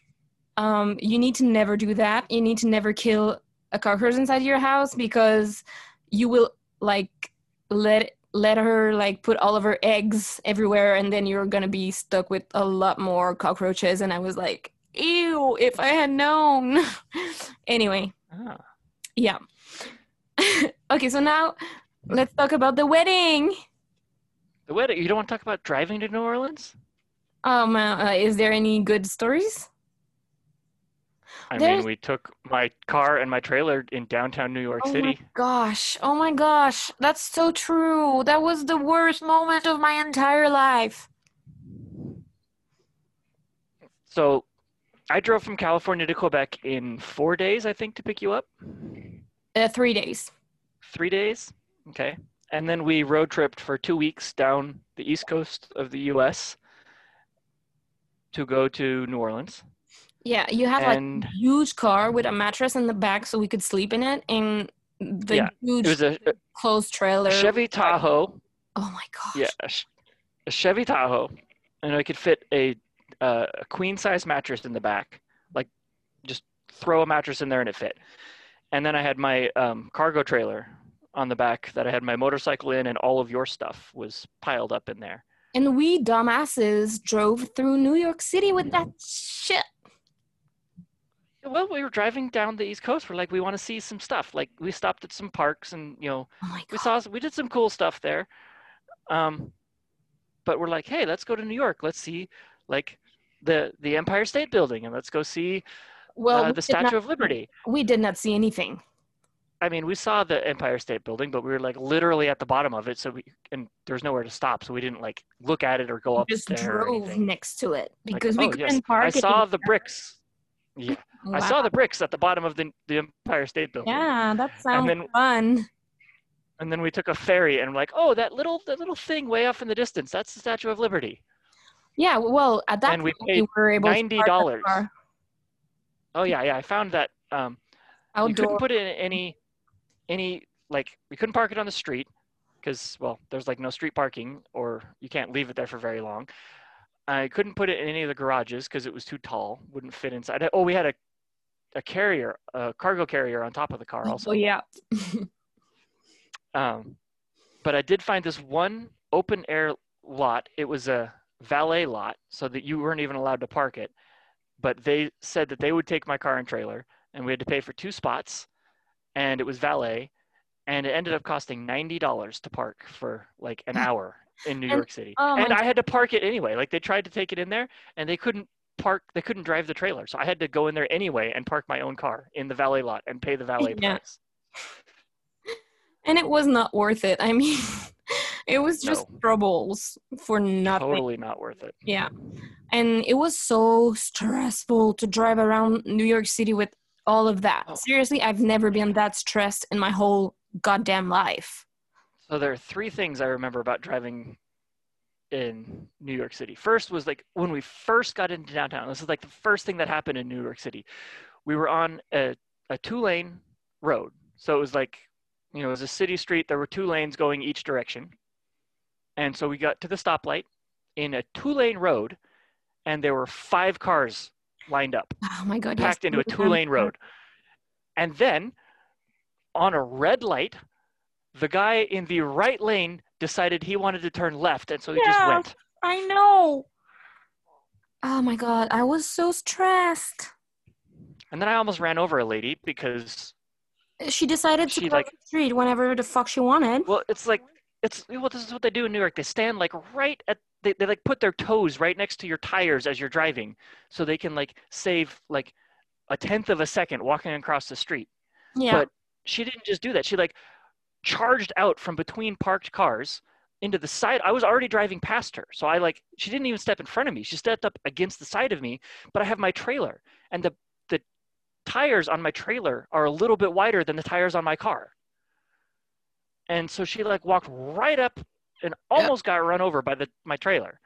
Speaker 2: um, you need to never do that you need to never kill a cockroach inside your house because you will like let let her like put all of her eggs everywhere and then you're gonna be stuck with a lot more cockroaches and i was like ew if i had known anyway
Speaker 3: Ah.
Speaker 2: yeah okay so now let's talk about the wedding
Speaker 3: The wedding. You don't want to talk about driving to New Orleans?
Speaker 2: um uh, is there any good stories
Speaker 3: I
Speaker 2: There's-
Speaker 3: mean, we took my car and my trailer in downtown New York
Speaker 2: oh my
Speaker 3: City.
Speaker 2: gosh oh my gosh that's so true that was the worst moment of my entire life
Speaker 3: So I drove from California to Quebec in four days, I think, to pick you up.
Speaker 2: uh, three days
Speaker 3: Three days. Okay. And then we road tripped for two weeks down the east coast of the US to go to New Orleans.
Speaker 2: Yeah, you had
Speaker 3: And-
Speaker 2: like huge car with a mattress in the back so we could sleep in it and the
Speaker 3: Yeah, It
Speaker 2: huge
Speaker 3: was a,
Speaker 2: closed trailer.
Speaker 3: a Chevy Tahoe.
Speaker 2: oh my gosh.
Speaker 3: Yeah. A, sh- a Chevy Tahoe. And I could fit a, uh, a queen size mattress in the back. Like, just throw a mattress in there and it fit. And then I had my um, cargo trailer on the back that I had my motorcycle in, and all of your stuff was piled up in there.
Speaker 2: And we dumbasses drove through New York City with that shit.
Speaker 3: Well, we were driving down the East Coast. We're like, we want to see some stuff. Like, we stopped at some parks, and you know,
Speaker 2: Oh my
Speaker 3: we
Speaker 2: god.
Speaker 3: saw we did some cool stuff there. Um, but we're like, hey, let's go to New York. Let's see, like, the the Empire State Building, and let's go see
Speaker 2: well,
Speaker 3: uh,
Speaker 2: we
Speaker 3: the
Speaker 2: did, not,
Speaker 3: Statue of Liberty.
Speaker 2: we did not see anything.
Speaker 3: I mean, we saw the Empire State Building, but we were like literally at the bottom of it, so we and there was nowhere to stop, so we didn't like look at it or go
Speaker 2: We
Speaker 3: up
Speaker 2: just
Speaker 3: there or
Speaker 2: drove
Speaker 3: anything.
Speaker 2: next to it
Speaker 3: Like,
Speaker 2: because we
Speaker 3: oh, yes,
Speaker 2: couldn't park
Speaker 3: I
Speaker 2: it.
Speaker 3: saw the bricks. Yeah, I
Speaker 2: Wow.
Speaker 3: saw the bricks at the bottom of the the Empire State Building.
Speaker 2: Yeah, that sounds
Speaker 3: then-
Speaker 2: fun.
Speaker 3: and then we took a ferry and we're like oh that little that little thing way off in the distance that's the statue of liberty
Speaker 2: Yeah, well, at that
Speaker 3: And we
Speaker 2: point we were able to park
Speaker 3: $90
Speaker 2: our car
Speaker 3: oh yeah yeah i found that um you couldn't
Speaker 2: outdoor.
Speaker 3: put it in any any like we couldn't park it on the street because well there's like no street parking or you can't leave it there for very long i couldn't put it in any of the garages because it was too tall wouldn't fit inside oh we had a a carrier a cargo carrier on top of the car also
Speaker 4: Oh yeah.
Speaker 3: Um, but I did find this one open air lot. It was a valet lot, so that you weren't even allowed to park it. But they said that they would take my car and trailer, and we had to pay for two spots, and it was valet, and it ended up costing ninety dollars to park for like an hour in New
Speaker 2: And-
Speaker 3: York City,
Speaker 2: oh my
Speaker 3: and I had to park it anyway. Like they tried to take it in there, and they couldn't park. They couldn't drive the trailer, so I had to go in there anyway and park my own car in the valet lot and pay the valet
Speaker 2: Yeah.
Speaker 3: price.
Speaker 2: and it was not worth it. I mean, it was just
Speaker 3: No.
Speaker 2: troubles for nothing.
Speaker 3: Totally not worth it.
Speaker 2: Yeah, and it was so stressful to drive around New York City with all of that.
Speaker 3: Oh.
Speaker 2: Seriously, I've never been that stressed in my whole goddamn life.
Speaker 3: So there are three things I remember about driving in New York City. First was like when we first got into downtown. This is like the first thing that happened in New York City. We were on a, a two-lane road. So it was like, you know, it was a city street. There were two lanes going each direction. And so we got to the stoplight in a two-lane road, and there were five cars lined up
Speaker 2: Oh my god, yes,
Speaker 3: packed into a
Speaker 2: I
Speaker 3: two lane
Speaker 2: remember.
Speaker 3: road. And then on a red light, the guy in the right lane decided he wanted to turn left. And so he just
Speaker 4: Yeah.
Speaker 3: went.
Speaker 4: I know.
Speaker 2: Oh my god, I was so stressed.
Speaker 3: And then I almost ran over a lady because,
Speaker 2: She decided to
Speaker 3: She,
Speaker 2: cross
Speaker 3: like-
Speaker 2: the street whenever the fuck she wanted.
Speaker 3: well, it's like, it's, well, this is what they do in New York. They stand like right at, they, they like put their toes right next to your tires as you're driving so they can like save like a tenth of a second walking across the street.
Speaker 2: Yeah,
Speaker 3: but- she didn't just do that. She like charged out from between parked cars into the side. I was already driving past her. So I like she didn't even step in front of me. She stepped up against the side of me, but I have my trailer and the the tires on my trailer are a little bit wider than the tires on my car. And so she like walked right up and almost got run over by the my trailer.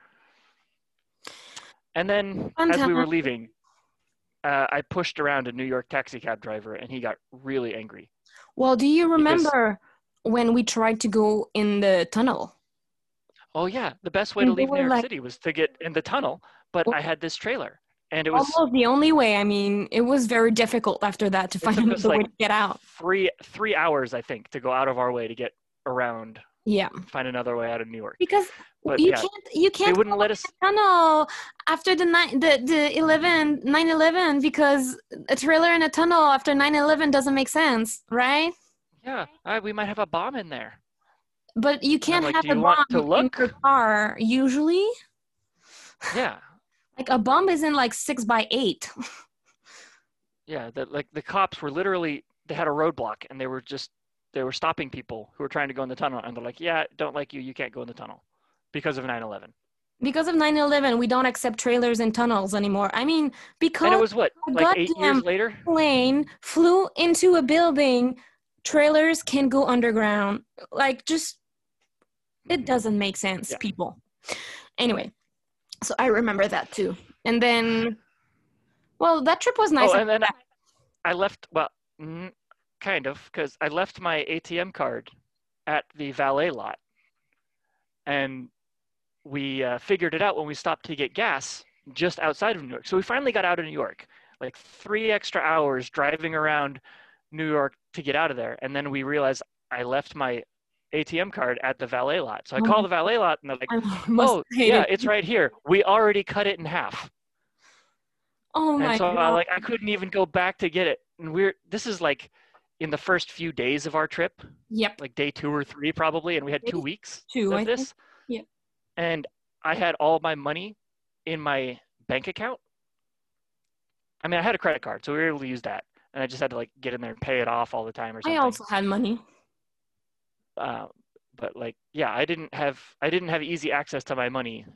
Speaker 3: And then
Speaker 2: Fun
Speaker 3: as we were
Speaker 2: time.
Speaker 3: leaving, uh, I pushed around a New York taxi cab driver, and he got really angry.
Speaker 2: Well, do you
Speaker 3: Because-
Speaker 2: remember when we tried to go in the tunnel?
Speaker 3: Oh yeah, the best way
Speaker 2: And
Speaker 3: to
Speaker 2: they
Speaker 3: leave New
Speaker 2: were
Speaker 3: York
Speaker 2: like-
Speaker 3: City was to get in the tunnel, but
Speaker 2: Oh.
Speaker 3: I had this trailer, and it was
Speaker 2: Almost the only way. I mean, it was very difficult after that to find
Speaker 3: took
Speaker 2: another
Speaker 3: us,
Speaker 2: way
Speaker 3: like-
Speaker 2: to get out.
Speaker 3: three three hours I think to go out of our way to get around,
Speaker 2: Yeah,
Speaker 3: find another way out of New York.
Speaker 2: because
Speaker 3: But
Speaker 2: you
Speaker 3: yeah,
Speaker 2: can't you
Speaker 3: they
Speaker 2: can't
Speaker 3: wouldn't let us.
Speaker 2: tunnel after the nine the, the 11 9-11 because a trailer in a tunnel after 9-11 doesn't make sense right
Speaker 3: Yeah, all right, we might have a bomb in there.
Speaker 2: but you can't
Speaker 3: like,
Speaker 2: have
Speaker 3: "Do
Speaker 2: a
Speaker 3: you want
Speaker 2: bomb
Speaker 3: to
Speaker 2: in your
Speaker 3: look?"
Speaker 2: car usually
Speaker 3: Yeah,
Speaker 2: like a bomb is in like six by eight
Speaker 3: yeah. The, like the cops were literally they had a roadblock, and they were just they were stopping people who were trying to go in the tunnel, and they're like, "Yeah, don't like you. You can't go in the tunnel because of 9/11."
Speaker 2: because of 9-11 we don't accept trailers in tunnels anymore i mean
Speaker 3: And it
Speaker 2: because
Speaker 3: was what like eight years
Speaker 2: goddamn-
Speaker 3: later.
Speaker 2: plane flew into a building trailers can go underground like just it doesn't make sense
Speaker 3: Yeah.
Speaker 2: people anyway so i remember that too and then well that trip was nice
Speaker 3: Oh, and then I, I left. Well, mm, kind of, because I left my ATM card at the valet lot, and we uh, figured it out when we stopped to get gas just outside of New York. So we finally got out of New York, like three extra hours driving around New York to get out of there, and then we realized I left my ATM card at the valet lot. So I
Speaker 2: Oh
Speaker 3: call the valet lot, and they're like,
Speaker 2: I must
Speaker 3: "Oh,
Speaker 2: hate
Speaker 3: yeah,
Speaker 2: it.
Speaker 3: it's right here. We already cut it in half."
Speaker 2: oh my
Speaker 3: and so I,
Speaker 2: god
Speaker 3: like I couldn't even go back to get it. And we're this is like in the first few days of our trip,
Speaker 2: yep
Speaker 3: like day two or three probably, and we had two
Speaker 2: Maybe
Speaker 3: weeks
Speaker 2: two i
Speaker 3: of
Speaker 2: think
Speaker 3: this.
Speaker 2: Yeah.
Speaker 3: And I had all my money in my bank account. I mean, I had a credit card, so we were able to use that, and I just had to like get in there and pay it off all the time or
Speaker 2: i
Speaker 3: something.
Speaker 2: also had money
Speaker 3: Uh, but like, yeah, I didn't have I didn't have easy access to my money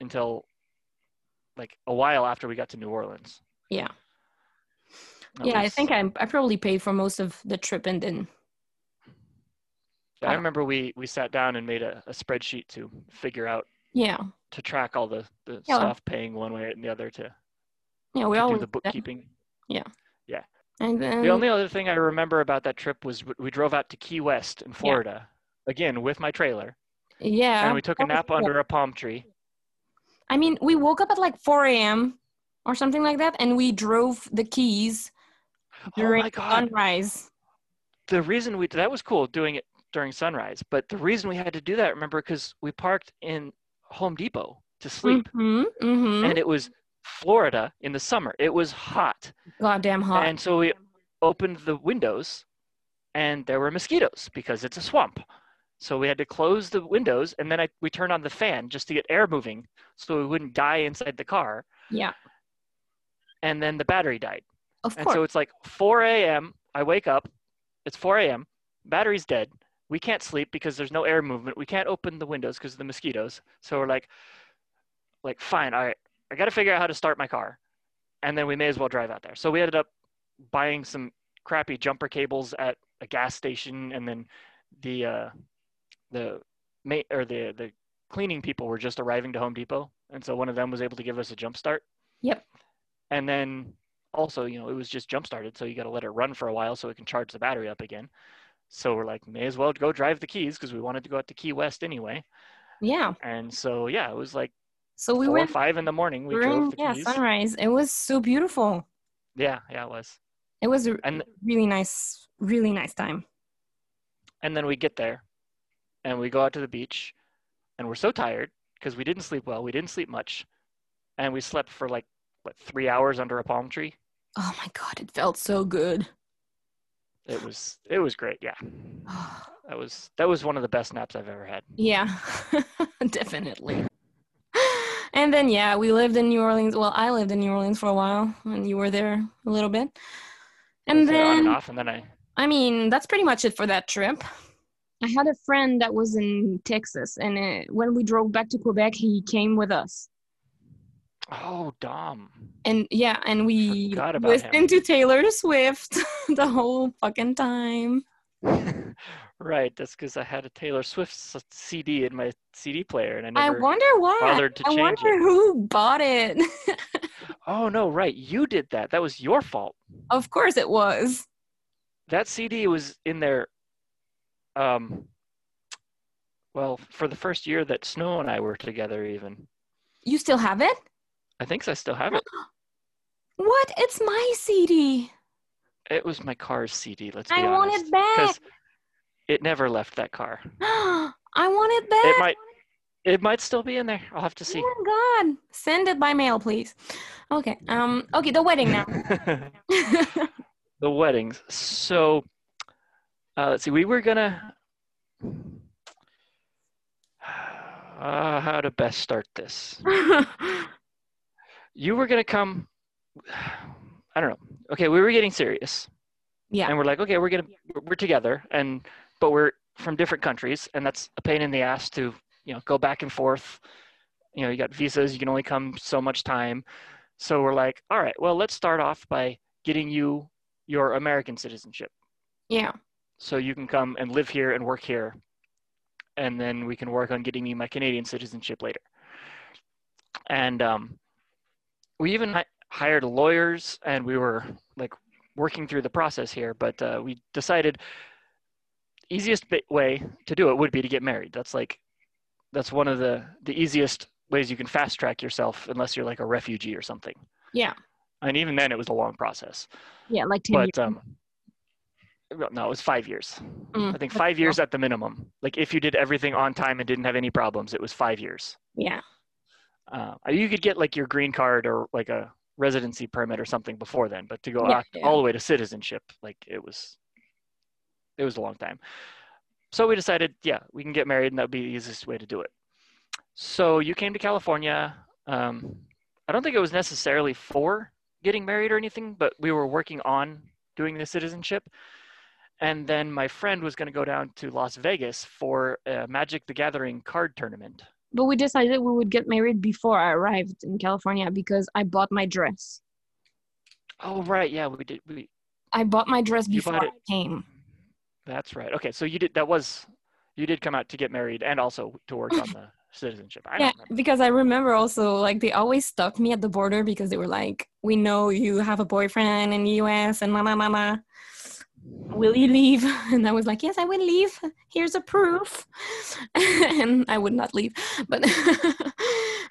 Speaker 3: until like a while after we got to New Orleans.
Speaker 2: Yeah.
Speaker 3: That
Speaker 2: yeah i
Speaker 3: was-
Speaker 2: think I, I probably paid for most of the trip and then Uh,
Speaker 3: I remember we we sat down and made a, a spreadsheet to figure out
Speaker 2: yeah
Speaker 3: to track all the, the
Speaker 2: Yeah.
Speaker 3: stuff paying one way and the other to,
Speaker 2: yeah we
Speaker 3: to
Speaker 2: all
Speaker 3: do the bookkeeping.
Speaker 2: and then
Speaker 3: The only other thing I remember about that trip was w- we drove out to Key West in Florida, again with my trailer,
Speaker 2: yeah
Speaker 3: and we took a
Speaker 2: that was
Speaker 3: nap
Speaker 2: cool.
Speaker 3: under a palm tree.
Speaker 2: I mean, we woke up at like 4 a.m. or something like that, and we drove the keys
Speaker 3: oh
Speaker 2: during
Speaker 3: my god!
Speaker 2: sunrise.
Speaker 3: The reason we that was cool doing it during sunrise, but the reason we had to do that, remember, because we parked in Home Depot to sleep,
Speaker 2: hmm hmm
Speaker 3: and it was Florida in the summer. It was hot.
Speaker 2: Goddamn hot.
Speaker 3: And so we opened the windows, and there were mosquitoes because it's a swamp. So we had to close the windows, and then I, we turned on the fan just to get air moving, so we wouldn't die inside the car.
Speaker 2: yeah,
Speaker 3: And then the battery died.
Speaker 2: of
Speaker 3: And
Speaker 2: course.
Speaker 3: so it's like 4 a.m. I wake up. It's 4 a.m. Battery's dead. We can't sleep because there's no air movement. We can't open the windows because of the mosquitoes. So we're like, like fine, all right. I got to figure out how to start my car, and then we may as well drive out there. So we ended up buying some crappy jumper cables at a gas station, and then the uh, the ma- or the the cleaning people were just arriving to Home Depot, and so one of them was able to give us a jump start.
Speaker 2: Yep.
Speaker 3: And then also, you know, it was just jump started, so you got to let it run for a while so it can charge the battery up again. So we're like, may as well go drive the keys because we wanted to go out to Key West anyway.
Speaker 2: yeah.
Speaker 3: And so yeah, it was like
Speaker 2: So we
Speaker 3: four
Speaker 2: went
Speaker 3: or five in the morning. We
Speaker 2: during
Speaker 3: drove the
Speaker 2: yeah,
Speaker 3: keys.
Speaker 2: sunrise. It was so beautiful.
Speaker 3: Yeah, yeah, it was.
Speaker 2: It was a
Speaker 3: And-
Speaker 2: really nice, really nice time.
Speaker 3: And then we get there, and we go out to the beach, and we're so tired because we didn't sleep well. We didn't sleep much, and we slept for like what three hours under a palm tree.
Speaker 2: Oh my God, it felt so good.
Speaker 3: It was it was great. Yeah, that was that was one of the best naps I've ever had.
Speaker 2: Yeah, definitely. And then yeah, we lived in New Orleans. Well, I lived in New Orleans for a while, and you were there a little bit. And
Speaker 3: So on
Speaker 2: then
Speaker 3: and off, and then I
Speaker 2: I mean, that's pretty much it for that trip.
Speaker 4: I had a friend that was in Texas, and uh when we drove back to Quebec, he came with us.
Speaker 3: oh Dom,
Speaker 2: And yeah, and we
Speaker 3: Forgot about
Speaker 2: listened
Speaker 3: him.
Speaker 2: to Taylor Swift the whole fucking time.
Speaker 3: right, that's because I had a Taylor Swift s- CD in my CD player, and I
Speaker 2: I
Speaker 3: never.
Speaker 2: wonder why.
Speaker 3: bothered to
Speaker 2: I
Speaker 3: change it.
Speaker 2: wonder who bought it.
Speaker 3: Oh no, right, you did that. That was your fault.
Speaker 2: of course it was.
Speaker 3: That CD was in there. Um. Well, for the first year that Snow and I were together, even
Speaker 2: You still have it?
Speaker 3: I think I still have it.
Speaker 2: What? It's my CD.
Speaker 3: It was my car's CD. Let's be
Speaker 4: I want
Speaker 3: honest,
Speaker 4: it back.
Speaker 3: because it never left that car.
Speaker 2: I want it back.
Speaker 3: It might, it might still be in there. I'll have to see.
Speaker 2: Oh my god. Send it by mail, please. Okay. Um okay, the wedding now.
Speaker 3: the weddings. So, uh, let's see. We were gonna. Uh, how to best start this? You were gonna come. I don't know. Okay, we were getting serious,
Speaker 2: yeah.
Speaker 3: and we're like, okay, we're gonna we're together, and but we're from different countries, and that's a pain in the ass to you know go back and forth. You know, you got visas. You can only come so much time. So we're like, all right, well, let's start off by getting you your American citizenship
Speaker 2: Yeah.
Speaker 3: so you can come and live here and work here and then we can work on getting me my canadian citizenship later and um, we even hi- hired lawyers and we were like working through the process here but uh, we decided easiest bi- way to do it would be to get married that's like that's one of the the easiest ways you can fast track yourself unless you're like a refugee or something
Speaker 2: Yeah.
Speaker 3: and even then it was a long process
Speaker 4: Yeah, like 10
Speaker 3: but um well, no it was five years
Speaker 2: Mm,
Speaker 3: i think
Speaker 2: that's
Speaker 3: five years at the minimum like if you did everything on time and didn't have any problems it was five years
Speaker 2: Yeah.
Speaker 3: uh, you could get like your green card or like a residency permit or something before then but to go
Speaker 2: Yeah,
Speaker 3: out,
Speaker 2: yeah.
Speaker 3: all the way to citizenship like it was it was a long time so we decided yeah we can get married and that would be the easiest way to do it so you came to california um, i don't think it was necessarily for getting married or anything but we were working on doing the citizenship and then my friend was going to go down to las vegas for a magic the gathering card tournament
Speaker 4: But we decided we would get married before I arrived in California because I bought my dress.
Speaker 3: oh right yeah we did we
Speaker 2: I bought my dress
Speaker 3: You
Speaker 2: before
Speaker 3: bought
Speaker 2: I
Speaker 3: it-
Speaker 2: came.
Speaker 3: That's right. Okay, so you did that was you did come out to get married and also to work on the citizenship. I
Speaker 2: Yeah,
Speaker 3: don't remember.
Speaker 2: because I remember also like they always stopped me at the border because they were like, "We know you have a boyfriend in the U.S. and la la la la. Will you leave?" And I was like, "Yes, I will leave. Here's a proof." and I would not leave, but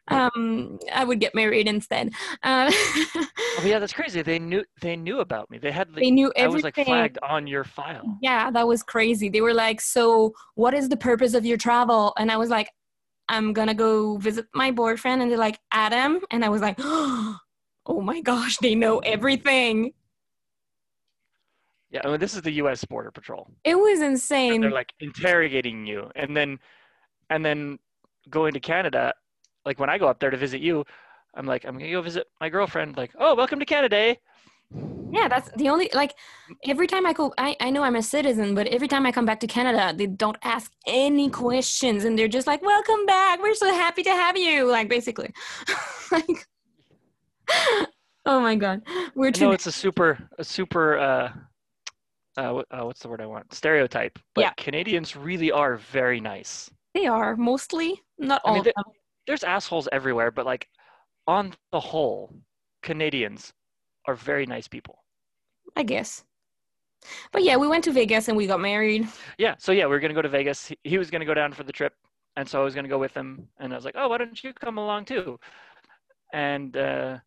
Speaker 2: um, I would get married instead. Uh,
Speaker 3: Oh, yeah, that's crazy. They knew they knew about me. They had
Speaker 2: they
Speaker 3: like
Speaker 2: knew
Speaker 3: I was like
Speaker 2: everything. Oh.
Speaker 3: flagged on your file.
Speaker 2: Yeah, that was crazy. They were like, "So, what is the purpose of your travel?" And I was like, "I'm gonna go visit my boyfriend." And they're like, "Adam," and I was like, "Oh my gosh, they know everything."
Speaker 3: Yeah, I mean, this is the U.S. Border Patrol.
Speaker 2: It was
Speaker 3: And
Speaker 2: insane.
Speaker 3: they're like interrogating you, and then and then going to Canada. Like when I go up there to visit you, I'm like I'm gonna go visit my girlfriend. Like oh, welcome to Canada. eh?"
Speaker 2: yeah, that's the only like every time I go, I, I know I'm a citizen, but every time I come back to Canada, they don't ask any questions, and they're just like, "Welcome back. We're so happy to have you." Like basically, like, oh my god, we're
Speaker 3: No,
Speaker 2: too.
Speaker 3: it's a super, a super. Uh, uh, wh- uh, what's the word I want? Stereotype. But
Speaker 2: Yeah.
Speaker 3: Canadians really are very nice.
Speaker 2: They are mostly not
Speaker 3: I
Speaker 2: all.
Speaker 3: mean,
Speaker 2: of
Speaker 3: they-
Speaker 2: them.
Speaker 3: There's assholes everywhere, but like, on the whole, Canadians are very nice people.
Speaker 2: I guess. But yeah, we went to Vegas and we got married.
Speaker 3: Yeah. So yeah, we were gonna go to Vegas. He, he was gonna go down for the trip, and so I was gonna go with him. And I was like, oh, why don't you come along too? And uh,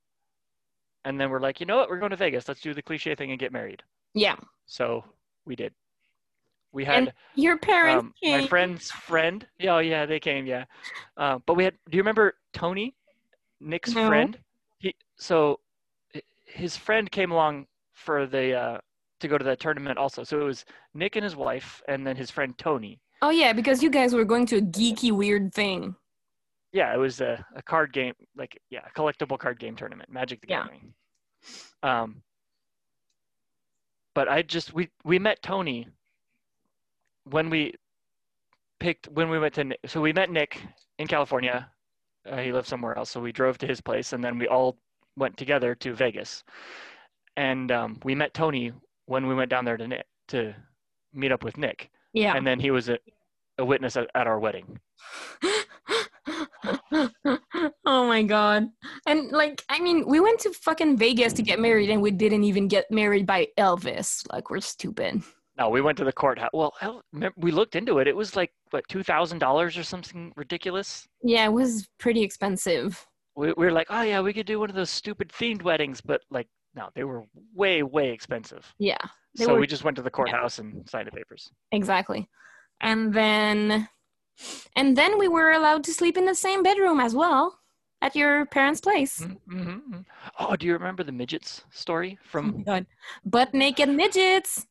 Speaker 3: and then we're like, you know what? We're going to Vegas. Let's do the cliche thing and get married.
Speaker 2: Yeah.
Speaker 3: So we did. We had.
Speaker 2: And Your parents
Speaker 3: um,
Speaker 2: came.
Speaker 3: my friend's friend. Yeah, oh, yeah, they came. Yeah, uh, but we had. Do you remember Tony, Nick's
Speaker 2: No.
Speaker 3: friend? He so h- his friend came along for the uh, to go to that tournament also. So it was Nick and his wife, and then his friend Tony.
Speaker 2: oh yeah, because you guys were going to a geeky weird thing.
Speaker 3: Yeah, it was a, a card game, like yeah, a collectible card game tournament, Magic the
Speaker 2: Yeah.
Speaker 3: Gathering. Um, but I just we we met Tony when we picked when we went to Ni- so we met Nick in California. Uh, he lived somewhere else, so we drove to his place, and then we all went together to Vegas. And um, we met Tony when we went down there to Ni- to meet up with Nick,
Speaker 2: Yeah.
Speaker 3: and then he was a, a witness at, at our wedding.
Speaker 2: oh my god. And like I mean, we went to fucking Vegas to get married and we didn't even get married by Elvis. Like we're stupid.
Speaker 3: No, we went to the courthouse. Well, hell, remem- we looked into it. It was like what two thousand dollars or something ridiculous.
Speaker 2: Yeah, it was pretty expensive.
Speaker 3: We, we were like, oh yeah, we could do one of those stupid themed weddings, but like, no, they were way way expensive.
Speaker 2: Yeah, They
Speaker 3: so
Speaker 2: were-
Speaker 3: we just went to the courthouse and signed the papers.
Speaker 2: exactly. And then and then we were allowed to sleep in the same bedroom as well at your parents' place.
Speaker 3: Mm-hmm. Oh, do you remember the midgets story
Speaker 2: Oh
Speaker 3: from
Speaker 2: my god. But naked midgets.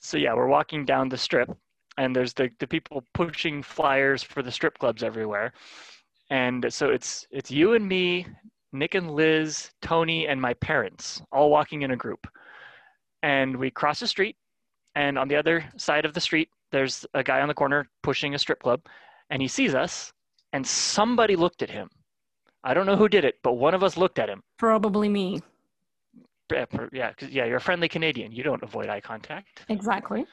Speaker 3: so yeah, we're walking down the strip, and there's the the people pushing flyers for the strip clubs everywhere, and so it's it's you and me, Nick and Liz, Tony and my parents, all walking in a group, and we cross the street, and on the other side of the street, there's a guy on the corner pushing a strip club, and he sees us, and somebody looked at him. I don't know who did it, but one of us looked at him.
Speaker 2: Probably me.
Speaker 3: Yeah, per- yeah, 'cause- yeah, you're a friendly Canadian. You don't avoid eye contact.
Speaker 2: Exactly.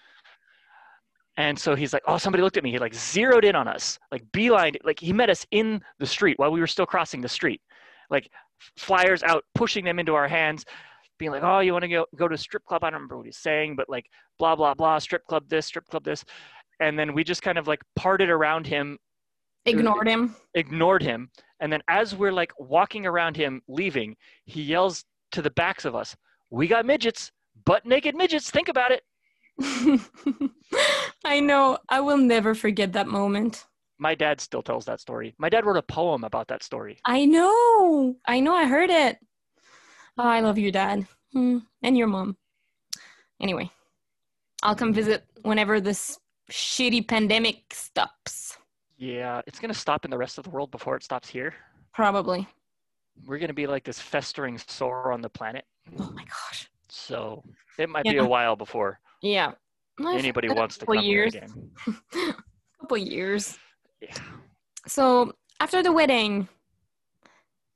Speaker 3: And so he's like, oh, somebody looked at me. He like zeroed in on us, like beeline, like he met us in the street while we were still crossing the street, like flyers out, pushing them into our hands, being like, oh, you want to go go to a strip club? I don't remember what he's saying, but like blah blah blah, strip club this, strip club this, and then we just kind of like parted around him,
Speaker 2: Ignored him.
Speaker 3: ignored him, and then as we're like walking around him, leaving, he yells to the backs of us, "We got midgets, butt naked midgets. Think about it."
Speaker 2: I know. I will never forget that moment.
Speaker 3: My dad still tells that story. My dad wrote a poem about that story.
Speaker 2: I know. I know. I heard it. Oh, I love your dad Hmm. and your mom. Anyway, I'll come visit whenever this shitty pandemic stops.
Speaker 3: Yeah, it's going to stop in the rest of the world before it stops here.
Speaker 2: Probably.
Speaker 3: We're going to be like this festering sore on the planet.
Speaker 2: Oh my gosh.
Speaker 3: So it might be
Speaker 2: Yeah.
Speaker 3: a while before
Speaker 2: Yeah. No, I
Speaker 3: anybody
Speaker 2: forgot.
Speaker 3: wants to
Speaker 2: couple
Speaker 3: come here
Speaker 2: years.
Speaker 3: again.
Speaker 2: couple years.
Speaker 3: Yeah.
Speaker 2: So after the wedding,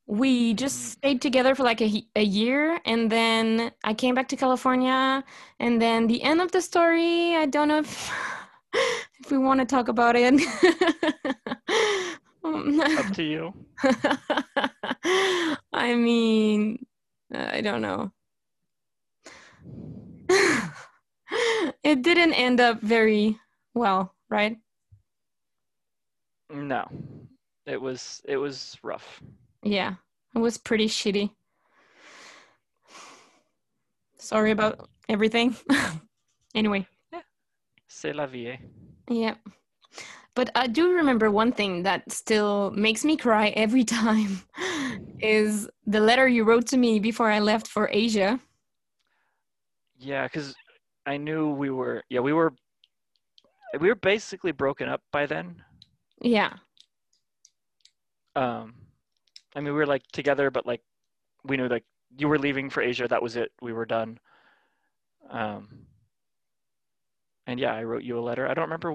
Speaker 2: we
Speaker 3: Mm.
Speaker 2: just stayed together for like a, he- a year, and then I came back to California. And then the end of the story, I don't know if if we want to talk about it. Um,
Speaker 3: Up to you.
Speaker 2: I mean, uh, I don't know. it didn't end up very well, right?
Speaker 3: No. It was it was rough.
Speaker 2: Yeah, it was pretty shitty. Sorry about everything. anyway,
Speaker 3: C'est la vie. eh?
Speaker 2: yeah. But I do remember one thing that still makes me cry every time is the letter you wrote to me before I left for Asia.
Speaker 3: Yeah, cuz I knew we were yeah, we were we were basically broken up by then.
Speaker 2: Yeah.
Speaker 3: um i mean we were like together but like we knew like you were leaving for asia that was it we were done um and yeah i wrote you a letter i don't remember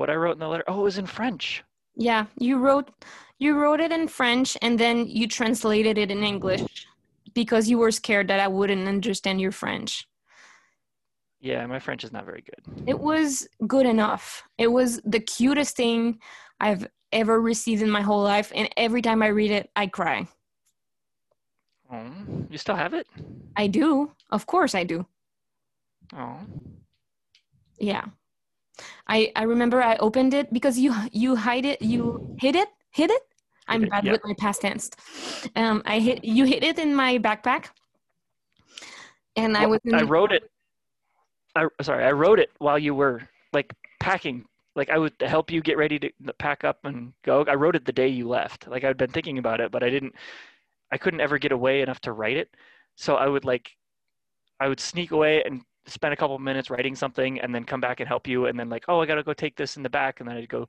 Speaker 3: what i wrote in the letter oh it was in french
Speaker 2: Yeah, you wrote you wrote it in French and then you translated it in English because you were scared that I wouldn't understand your French.
Speaker 3: yeah my french is not very good
Speaker 2: It was good enough. It was the cutest thing I've ever received in my whole life, and every time I read it, I cry.
Speaker 3: oh you still have it
Speaker 2: I do. Of course, I do.
Speaker 3: oh
Speaker 2: Yeah. I I remember I opened it because you you hide it you hid it hid it. I'm
Speaker 3: it,
Speaker 2: bad
Speaker 3: yeah.
Speaker 2: with my past tense. Um, I hit you hid it in my backpack, and I
Speaker 3: Well,
Speaker 2: was in,
Speaker 3: i wrote it i sorry i wrote it while you were like packing like i would help you get ready to pack up and go i wrote it the day you left like i'd been thinking about it but i didn't i couldn't ever get away enough to write it so i would like i would sneak away and spend a couple minutes writing something and then come back and help you and then like oh i gotta go take this in the back and then i'd go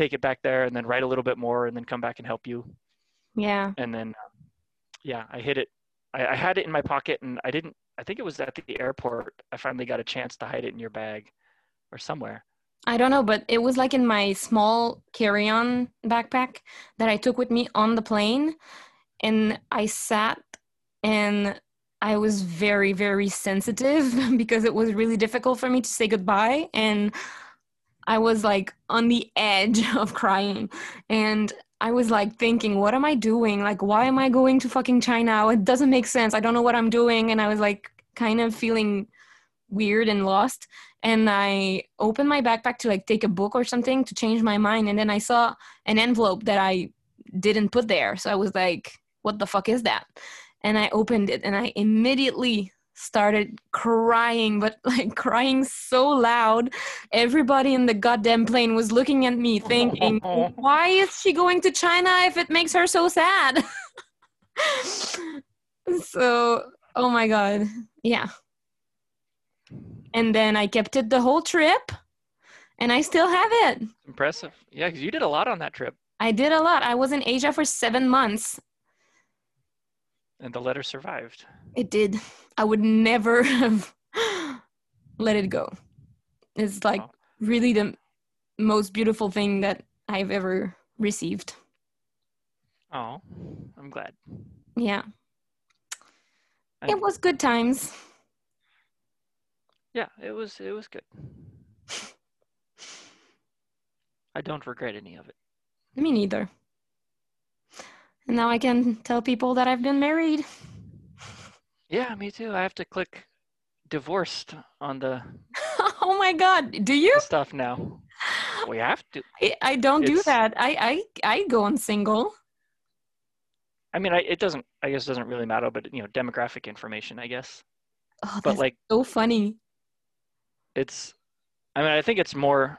Speaker 3: take it back there and then write a little bit more and then come back and help you
Speaker 2: yeah
Speaker 3: and then um, yeah i hid it I, I had it in my pocket and i didn't i think it was at the airport i finally got a chance to hide it in your bag or somewhere
Speaker 2: I don't know, but it was like in my small carry-on backpack that I took with me on the plane, and I sat and I was very, very sensitive because it was really difficult for me to say goodbye. And I was like on the edge of crying. And I was like thinking, what am I doing? Like, why am I going to fucking China? It doesn't make sense. I don't know what I'm doing. And I was like kind of feeling weird and lost. And I opened my backpack to like take a book or something to change my mind. And then I saw an envelope that I didn't put there. So I was like, what the fuck is that? and I opened it and I immediately started crying, but like crying so loud. Everybody in the goddamn plane was looking at me thinking, why is she going to China if it makes her so sad? so, oh my God. Yeah. And then I kept it the whole trip and I still have it.
Speaker 3: Impressive. Yeah, because you did a lot on that trip,
Speaker 2: I did a lot. I was in Asia for seven months
Speaker 3: and the letter survived.
Speaker 2: It did. I would never have let it go. It's like
Speaker 3: Wow.
Speaker 2: really the most beautiful thing that I've ever received.
Speaker 3: Oh, I'm glad.
Speaker 2: Yeah.
Speaker 3: I-
Speaker 2: It was good times.
Speaker 3: Yeah, it was. It was good. I don't regret any of it.
Speaker 2: Me neither. And now I can tell people that I've been married.
Speaker 3: Yeah, me too. I have to click divorced on the,
Speaker 2: oh my god, do you?
Speaker 3: the stuff now. We have to.
Speaker 2: I, I don't do
Speaker 3: It's-
Speaker 2: that. I, I I go on single.
Speaker 3: I mean, I, it doesn't. I guess it doesn't really matter. But you know, demographic information. I guess.
Speaker 2: Oh,
Speaker 3: But
Speaker 2: that's
Speaker 3: like,
Speaker 2: so funny.
Speaker 3: it's. I mean, I think it's more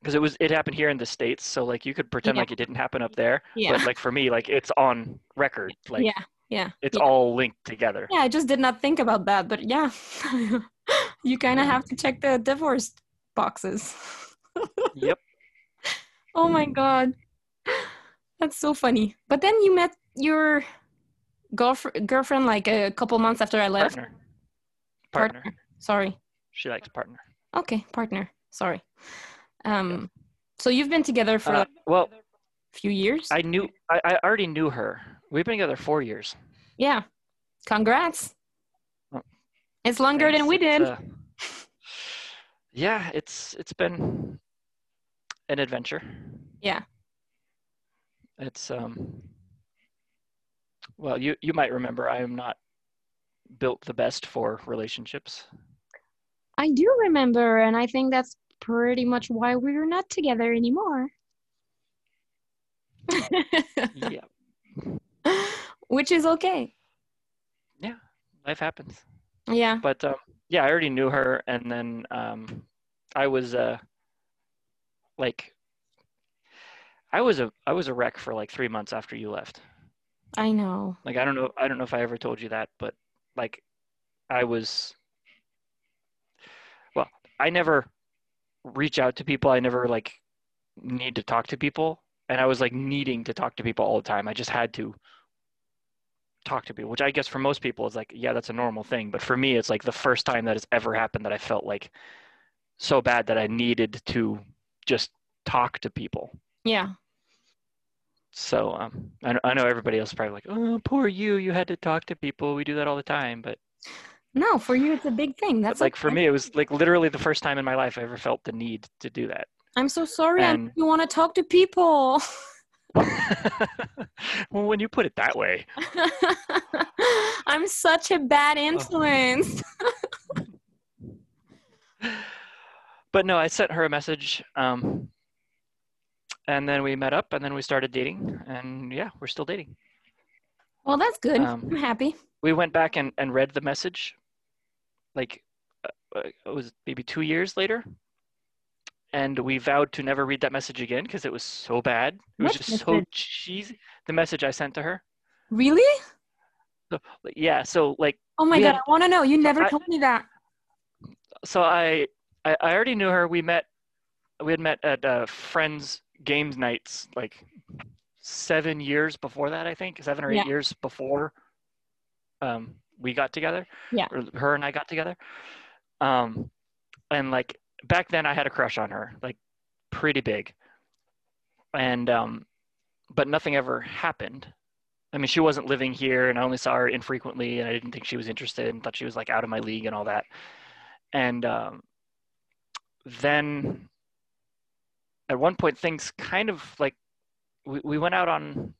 Speaker 3: because it was. It happened here in the states, so like you could pretend
Speaker 2: Yeah.
Speaker 3: like it didn't happen up there.
Speaker 2: Yeah.
Speaker 3: But like for me, like it's on record. Like
Speaker 2: yeah. Yeah.
Speaker 3: it's
Speaker 2: yeah.
Speaker 3: all linked together.
Speaker 2: Yeah, I just did not think about that, but yeah, you kind of have to check the divorce boxes.
Speaker 3: Yep.
Speaker 2: Oh
Speaker 3: Mm.
Speaker 2: my god, that's so funny. But then you met your girlfriend, girlfriend like a couple months after I left.
Speaker 3: Partner.
Speaker 2: Partner.
Speaker 3: Partner.
Speaker 2: Sorry.
Speaker 3: She likes partner.
Speaker 2: Okay, partner. Sorry. Um, so you've been together for
Speaker 3: Uh,
Speaker 2: like
Speaker 3: well,
Speaker 2: a few years.
Speaker 3: I knew. I, I already knew her. We've been together four years.
Speaker 2: yeah. Congrats.
Speaker 3: Oh,
Speaker 2: It's longer than
Speaker 3: Thanks.
Speaker 2: we
Speaker 3: It's,
Speaker 2: did.
Speaker 3: uh, yeah, it's it's been an adventure.
Speaker 2: Yeah.
Speaker 3: It's um well, you you might remember I am not built the best for relationships.
Speaker 4: I do remember, and I think that's pretty much why we're not together anymore.
Speaker 3: yeah.
Speaker 2: Which is okay.
Speaker 3: Life happens.
Speaker 2: Yeah.
Speaker 3: But um yeah, I already knew her and then um I was uh like I was a I was a wreck for like 3 months after you left.
Speaker 2: I know.
Speaker 3: like i don't know i don't know if i ever told you that but like i was well i never reach out to people i never like need to talk to people and i was like needing to talk to people all the time i just had to talk to people which i guess for most people is like yeah that's a normal thing but for me it's like the first time that has ever happened that i felt like so bad that i needed to just talk to people
Speaker 2: Yeah.
Speaker 3: so um, I, kn- I know everybody else is probably like, oh, poor you. You had to talk to people. We do that all the time. But,
Speaker 2: No, for you it's a big thing.
Speaker 3: but,
Speaker 2: That's
Speaker 3: like for
Speaker 2: okay.
Speaker 3: me, it was like literally the first time in my life I ever felt the need to do that.
Speaker 2: I'm so sorry. I
Speaker 3: and-
Speaker 2: you want to talk to people.
Speaker 3: well, when you put it that way,
Speaker 2: I'm such a
Speaker 3: Oh.
Speaker 2: bad influence.
Speaker 3: but no, I sent her a message, um, and then we met up, and then we started dating, and yeah, we're still dating.
Speaker 2: Well, that's good.
Speaker 3: Um,
Speaker 2: I'm happy.
Speaker 3: we went back and, and read the message like uh, uh, it was maybe two years later and we vowed to never read that message again because it was so bad it was
Speaker 2: What
Speaker 3: just so
Speaker 2: message?
Speaker 3: cheesy the message i sent to her
Speaker 2: Really?
Speaker 3: Like, yeah so like
Speaker 2: Oh my
Speaker 3: We
Speaker 2: god,
Speaker 3: had-
Speaker 2: I want to know. You never
Speaker 3: I-
Speaker 2: told me that.
Speaker 3: so I, I i already knew her we met we had met at uh, friends games nights like seven years before that i think seven or eight
Speaker 2: Yeah.
Speaker 3: years before um we got together
Speaker 2: Yeah.
Speaker 3: or her and i got together um and like back then i had a crush on her like pretty big and um but nothing ever happened I mean, she wasn't living here, and I only saw her infrequently, and I didn't think she was interested, and thought she was like out of my league and all that. And um, then, at one point, things kind of like we, we went out on,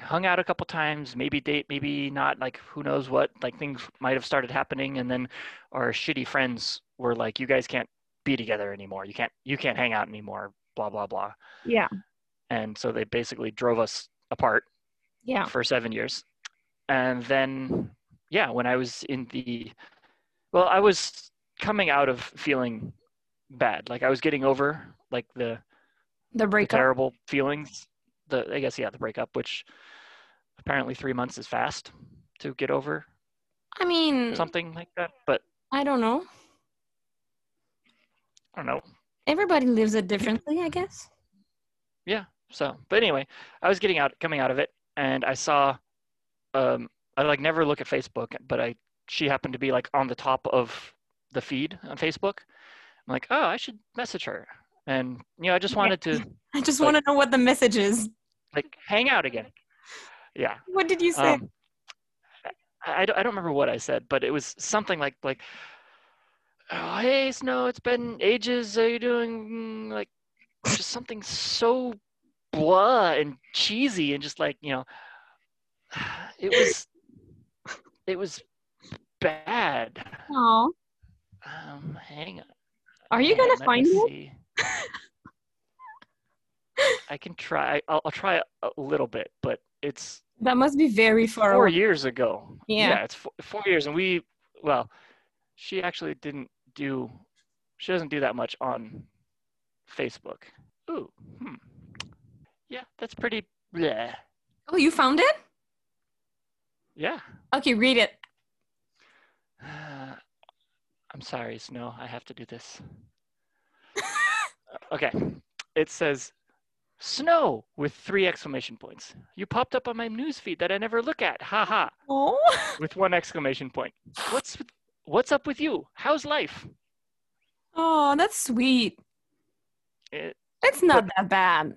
Speaker 3: hung out a couple times, maybe date, maybe not. Like who knows what? Like things might have started happening, and then our shitty friends were like, "You guys can't be together anymore. You can't you can't hang out anymore." Blah blah blah.
Speaker 4: Yeah.
Speaker 3: And so they basically drove us apart
Speaker 2: Oh.
Speaker 4: Yeah.
Speaker 3: for seven years. And then, yeah, when I was in the, well, I was coming out of feeling bad. Like I was getting over like the,
Speaker 2: The
Speaker 3: the
Speaker 2: breakup.
Speaker 3: terrible feelings. The I guess yeah, the breakup, which apparently three months is fast to get over
Speaker 2: I mean,
Speaker 3: something like that. But
Speaker 2: I don't know.
Speaker 3: I don't know.
Speaker 2: Everybody lives it differently, I guess.
Speaker 3: So, but anyway, I was getting out, coming out of it, and I saw, um, I like never look at Facebook, but I she happened to be like on the top of the feed on Facebook. I'm like, oh, I should message her, and you know, I just wanted to
Speaker 2: I just
Speaker 3: Like-
Speaker 2: want to know what the message is.
Speaker 3: like hang out again. Yeah.
Speaker 2: What did you say?
Speaker 3: Um, I, I don't I don't remember what I said, but it was something like like, oh, hey Snow, it's been ages. How you doing? Like, just something so blah and cheesy and just like you know, it was it was bad.
Speaker 4: Aw.
Speaker 3: Um, hang on.
Speaker 4: Are you
Speaker 3: hang on,
Speaker 4: gonna
Speaker 3: let me
Speaker 4: find it?
Speaker 3: see. I can try. I'll, I'll try a little bit, but it's
Speaker 2: that must be very far
Speaker 3: four
Speaker 2: away.
Speaker 3: years ago.
Speaker 2: Yeah.
Speaker 3: it's four, four years, and we well, she actually didn't do. She doesn't do that much on Facebook. Ooh, hmm. Yeah, that's pretty. Yeah,
Speaker 2: Oh, you found it?
Speaker 3: yeah.
Speaker 2: Okay, read it.
Speaker 3: Uh, I'm sorry, Snow. I have to do this. Uh, okay. It says, Snow with three exclamation points. You popped up on my newsfeed that I never look at. Ha ha.
Speaker 2: Oh,
Speaker 3: With one exclamation point. What's with- what's up with you? How's life?
Speaker 2: oh, that's sweet.
Speaker 3: It,
Speaker 2: It's not that bad.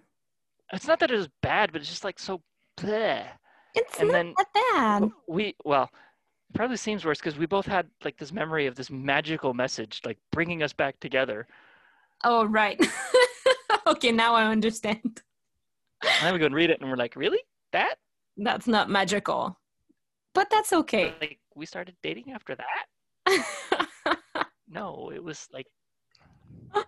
Speaker 3: it's not that it was bad, but it's just like so. Bleh.
Speaker 2: It's
Speaker 3: And
Speaker 2: not
Speaker 3: then Oh.
Speaker 2: that bad.
Speaker 3: we well, it probably seems worse because we both had like this memory of this magical message, like bringing us back together.
Speaker 2: Oh, right. okay, now I understand.
Speaker 3: And then we go and read it, and we're like, really? That?
Speaker 2: That's not magical, but that's okay.
Speaker 3: like we started dating after that
Speaker 2: that's
Speaker 3: no it was like
Speaker 2: so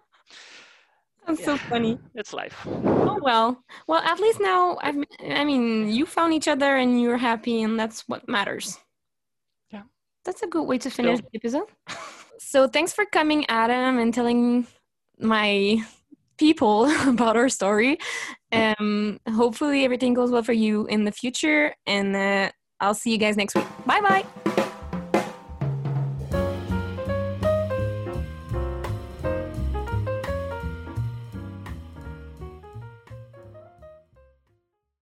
Speaker 3: yeah,
Speaker 2: funny.
Speaker 3: it's life
Speaker 2: Oh well. Well, at least now I've, I mean, you found each other and you're happy, and that's what matters.
Speaker 3: Yeah.
Speaker 2: That's a good way to finish the episode. So thanks for coming, Adam, and telling my people about our story. Um, hopefully everything goes well for you in the future, and uh, I'll see you guys next week. Bye bye.